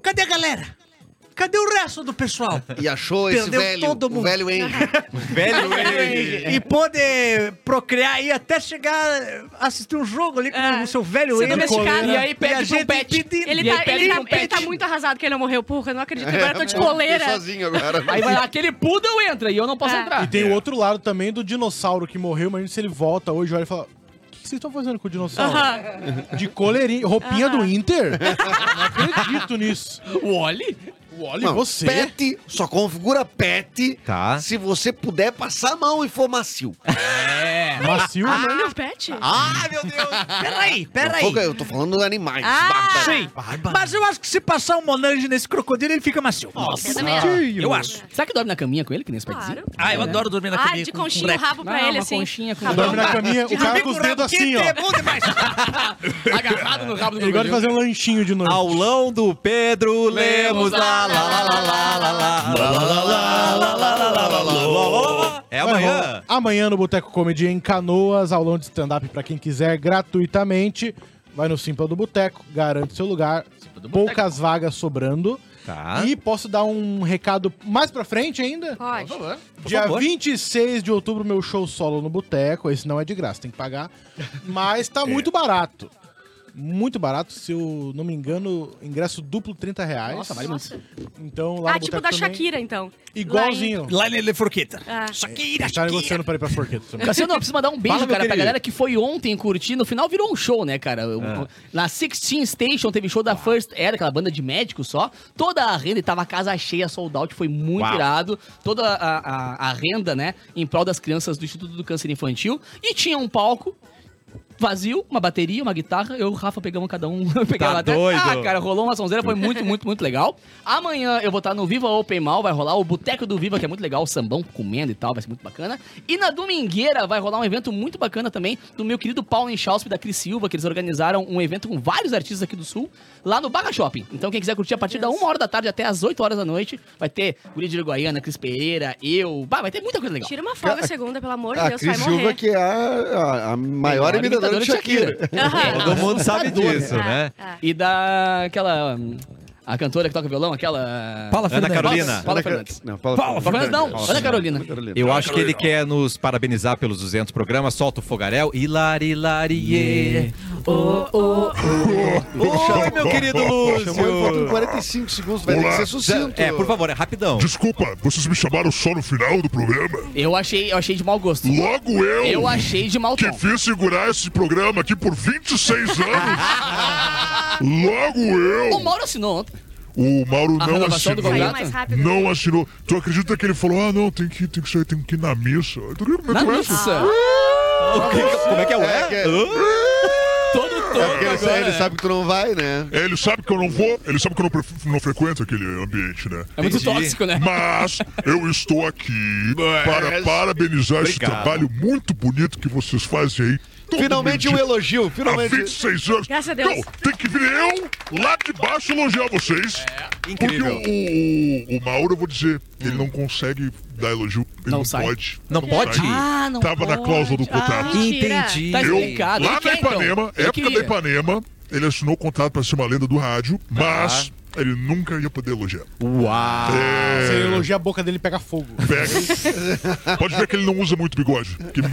E: cadê a galera? Cadê o resto do pessoal?
F: E achou esse
E: Perdeu
F: velho,
E: todo
F: o
E: mundo.
F: velho Henry.
B: Velho ele.
E: e pôde procriar e até chegar a assistir um jogo ali com
D: É.
E: o seu velho
D: Ser
E: Henry.
D: domesticado.
E: E
D: E
E: aí
D: aí
C: pede
E: pede
C: pro pet.
D: Ele
C: E aí
D: tá,
C: pede
D: ele, tá,
C: um pet.
D: ele tá muito arrasado que ele não morreu, porra. Eu não acredito. Agora eu tô Tá de
F: Eu
D: coleira.
F: fiquei sozinho agora.
C: Aí vai lá, aquele poodle entra e eu não posso
D: É.
C: entrar.
G: E tem o outro lado também do dinossauro que morreu. Imagina se ele volta hoje, olha e fala... O que que vocês estão fazendo com o dinossauro? De coleirinha, roupinha do Inter? Não acredito nisso.
C: O Oli?
G: Olha
F: Não,
G: você.
F: Pet, só configura pet
J: Ah.
B: Tá.
F: se você puder passar a mão em formacio.
G: Macio,
D: Ah,
G: né?
D: manda um pet?
F: Ah, meu Deus!
E: Peraí,
G: Ah,
F: Pouco,
G: é-
E: peraí.
F: eu tô falando de animais.
D: Ah,
F: bárbaro.
E: Sim, mas eu acho que se passar um monange nesse crocodilo, ele fica macio. Nossa,
D: Eu também
E: eu acho.
C: Será que dorme na caminha com ele, que nem esse
D: Claro.
C: petzinho?
E: Ah, eu adoro dormir na
D: Ah,
E: caminha
D: de
E: com- com
D: conchinha o
E: réptil.
D: rabo pra
C: Não,
D: ele,
C: uma
D: assim.
C: conchinha com-
D: Rabão.
G: Dorme na caminha, o cara
E: Dormir
G: com os
E: o
G: dedos
E: rabo
G: assim,
E: quente É
G: ó.
E: bom demais.
C: Agarrado no rabo do
G: Ele gosta de fazer um lanchinho de noite.
B: Aulão do Pedro Lemos. Lá, lá, lá, lá, lá, lá, lá, lá, lá, lá, lá, lá, lá, lá, lá, lá, lá. É
G: Vai
B: amanhã.
G: rolar Amanhã no Boteco Comedy em Canoas, aulão de stand-up pra quem quiser, gratuitamente. Vai no Simpla do Boteco, garante seu lugar. Poucas vagas sobrando.
B: Tá.
G: E posso dar um recado mais pra frente ainda?
D: Pode. Ah,
G: Dia
E: favor.
G: 26 de outubro, meu show solo no Boteco. Esse não é de graça, tem que pagar. Mas tá muito barato. Muito barato, se eu não me engano, ingresso duplo 30 reais. Nossa, vale
D: Nossa.
G: Então lá
D: Ah,
G: no
D: tipo
G: Boteco
D: da
G: também,
D: Shakira, então.
G: Igualzinho.
E: Lá ele é forqueta.
D: Ah.
E: Shakira,
G: Tá negociando
E: Shakira.
G: pra ir pra Forqueta também.
C: Cassiano, eu preciso mandar um beijo,
B: Fala, meu
C: cara, pra
B: querido.
C: galera que foi ontem curtir. No final virou um show, né, cara? Eu-
B: Ah.
C: Na 16 Station teve show da First Era, aquela banda de médicos só. Toda a renda, e tava a casa cheia, sold out, foi muito
B: Uau.
C: irado. Toda a, a- a renda, né, em prol das crianças do Instituto do Câncer Infantil. E tinha um palco vazio, uma bateria, uma guitarra. Eu e o Rafa pegamos cada um. pegava até-
B: Tá doido.
C: Ah, cara, rolou uma sonzeira, foi muito, muito, muito legal. Amanhã eu vou estar no Viva Open Mall, vai rolar o Boteco do Viva, que é muito legal, o sambão comendo e tal, vai ser muito bacana. E na domingueira vai rolar um evento muito bacana também do meu querido Paulo Enchausp da Cris Silva, que eles organizaram um evento com vários artistas aqui do Sul, lá no Barra Shopping. Então quem quiser curtir a partir da 1 hora da tarde até as 8 horas da noite, vai ter Guria de Uruguaiana, Cris Pereira, eu... Bah, vai ter muita coisa legal.
D: Tira uma folga segunda, pelo amor de
J: A
D: Deus,
J: Cris
D: vai morrer.
J: Silva, que é a, a- a maior
C: Maior
J: imitadora de Shakira.
D: Aham.
B: Todo mundo sabe disso,
D: Ah,
B: né?
D: ah.
C: E da... aquela... hum, A cantora que toca violão, aquela...
B: Paula Ana Fernandes. Carolina.
C: Paula
J: Ana Car-
C: Fernandes.
J: Não, Paula,
C: Paula Fernandes não, Ana Carolina.
B: Eu acho que ele quer nos parabenizar pelos 200 programas. Solta o fogaréu. Hilari, hilari, yeah. Oi, meu querido
J: Chamou ele um faltando
B: Lúcio.
J: 45 segundos, vai ter que ser sucinto.
B: É, por favor, é rapidão.
L: Desculpa, vocês me chamaram só no final do programa?
C: Eu achei, eu achei de mau gosto.
L: Logo eu,
C: Eu achei de mau
L: que
C: tom.
L: fiz segurar esse programa aqui por 26 anos. Logo eu,
C: O Mauro assinou ontem.
L: o Mauro
C: A
L: não
C: renovação do
L: assinou.
D: Saiu
C: contrato.
D: mais rápido.
L: Não assinou. Tu acredita que ele falou, ah, não, tem que, tem que sair, tem que ir na missa. Eu tô- eu tô-
C: Na
L: eu tô-
C: missa.
B: O que- Como é que é o
J: É,
B: é?
J: que-
B: Hã?
C: Todo
F: É porque ele, sabe- ele sabe que tu não vai, né?
L: É, ele sabe que eu não vou, ele sabe que eu não, pref- não frequento aquele ambiente, né?
F: É muito Entendi. tóxico, né?
L: Mas eu estou aqui para parabenizar esse
F: Obrigado.
L: trabalho muito bonito que vocês fazem aí. Todo
F: Finalmente um
L: dia.
F: elogio,
B: é
F: finalmente.
L: Há 26 anos.
D: Graças a Deus.
L: Não, tem que vir eu lá de baixo elogiar vocês.
B: É, incrível. Hum.
L: Porque o, o, o Mauro, eu vou dizer, ele não consegue dar elogio. Ele não, pode.
B: Não pode?
L: sai.
B: Ah, não
L: Tava na
B: pode.
L: cláusula do
B: Ah,
L: contrato.
B: mentira. Entendi. Tá explicado.
L: Eu,
B: Ele
L: lá
B: quer,
L: na
B: então.
L: Ipanema,
B: Ele
L: época
B: queria.
L: da Ipanema, ele assinou o contrato pra ser uma lenda do rádio,
B: Ah.
L: mas ele nunca ia poder elogiar.
B: Uau!
L: É...
G: Você elogia a boca dele pega fogo.
L: Pega. Pode ver que ele não usa muito bigode. Que...
D: Tá,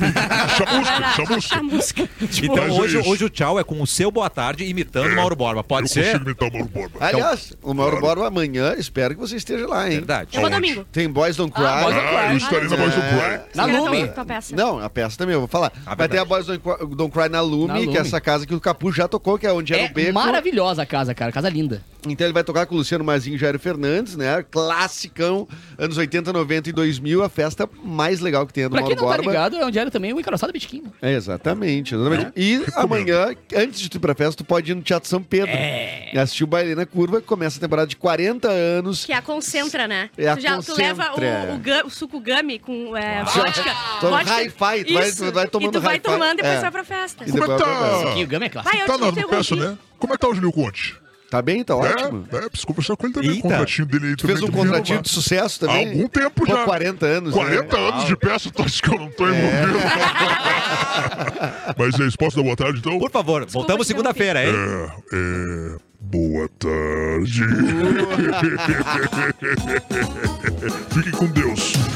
L: Chamusca, chamusca.
B: Então
L: Mas é
B: hoje,
L: isso.
B: hoje o tchau é com o seu boa tarde imitando o Mauro Borba. Pode
L: Eu
B: ser?
L: consigo imitar o Mauro Borba. é
F: Aliás, o Mauro Borba amanhã, espero que você esteja lá, hein?
B: Verdade.
D: Eu vou domingo.
F: Tem Boys Don't Cry. É.
D: Ah, Boys Don't Cry.
L: eu estarei na Boys Don't
B: é.
L: Cry.
D: Na Lume. Tua peça.
F: Não, a peça também, eu vou falar. Vai ter a Boys Don't Cry, Don't Cry na, Lume,
C: Na Lume.
F: que é essa casa que o Capu já tocou, que é onde era o
C: É
F: beco.
C: maravilhosa a casa, cara. Casa linda.
F: Então ele vai tocar com o Luciano Mazinho e Jairo Fernandes, né? Classicão, anos 80, 90 e 2000, a festa mais legal que tem a do
C: Pra quem
F: Mauro
C: não tá
F: Borba.
C: ligado, é um diário também, o Encaroçado Bitquinho.
F: É, exatamente, exatamente.
L: É.
F: E amanhã, antes de tu ir pra festa, tu pode ir no Teatro São Pedro.
C: É.
F: E assistir o Baile na Curva, que começa a temporada de 40 anos.
D: Que é a concentra, né?
F: É a
D: tu, já, tu
F: Concentra. Ah.
D: leva o, o ga- o suco gummy com é, vodka.
F: Tô no
D: vodka.
F: hi-fi, tu vai-
D: Isso.
F: tu vai tomando
D: E tu vai
F: hi-fi.
D: tomando e depois
F: É.
D: vai pra festa.
F: E depois-
L: Tá.
C: Suquinho Gama é clássico.
D: Vai, eu
L: Tá
D: te
L: na no
D: interrompi.
L: peço, né? Como é que tá o Juninho Conte?
F: Tá bem, tá ótimo.
L: É, é, preciso conversar com ele também.
F: Eita.
L: O contratinho dele aí
F: Tu fez
L: também,
F: um
L: tem que
F: contratinho
L: renovar.
F: de sucesso também?
L: Há algum
F: Pô,
L: tempo já.
F: 40 anos,
L: 40
F: né? É.
L: anos de peça, tu acha que eu não tô envolvido? Mas é isso, posso dar boa tarde então?
B: Por favor, voltamos segunda-feira, hein?
L: É, é. Boa tarde. Fiquem com Deus.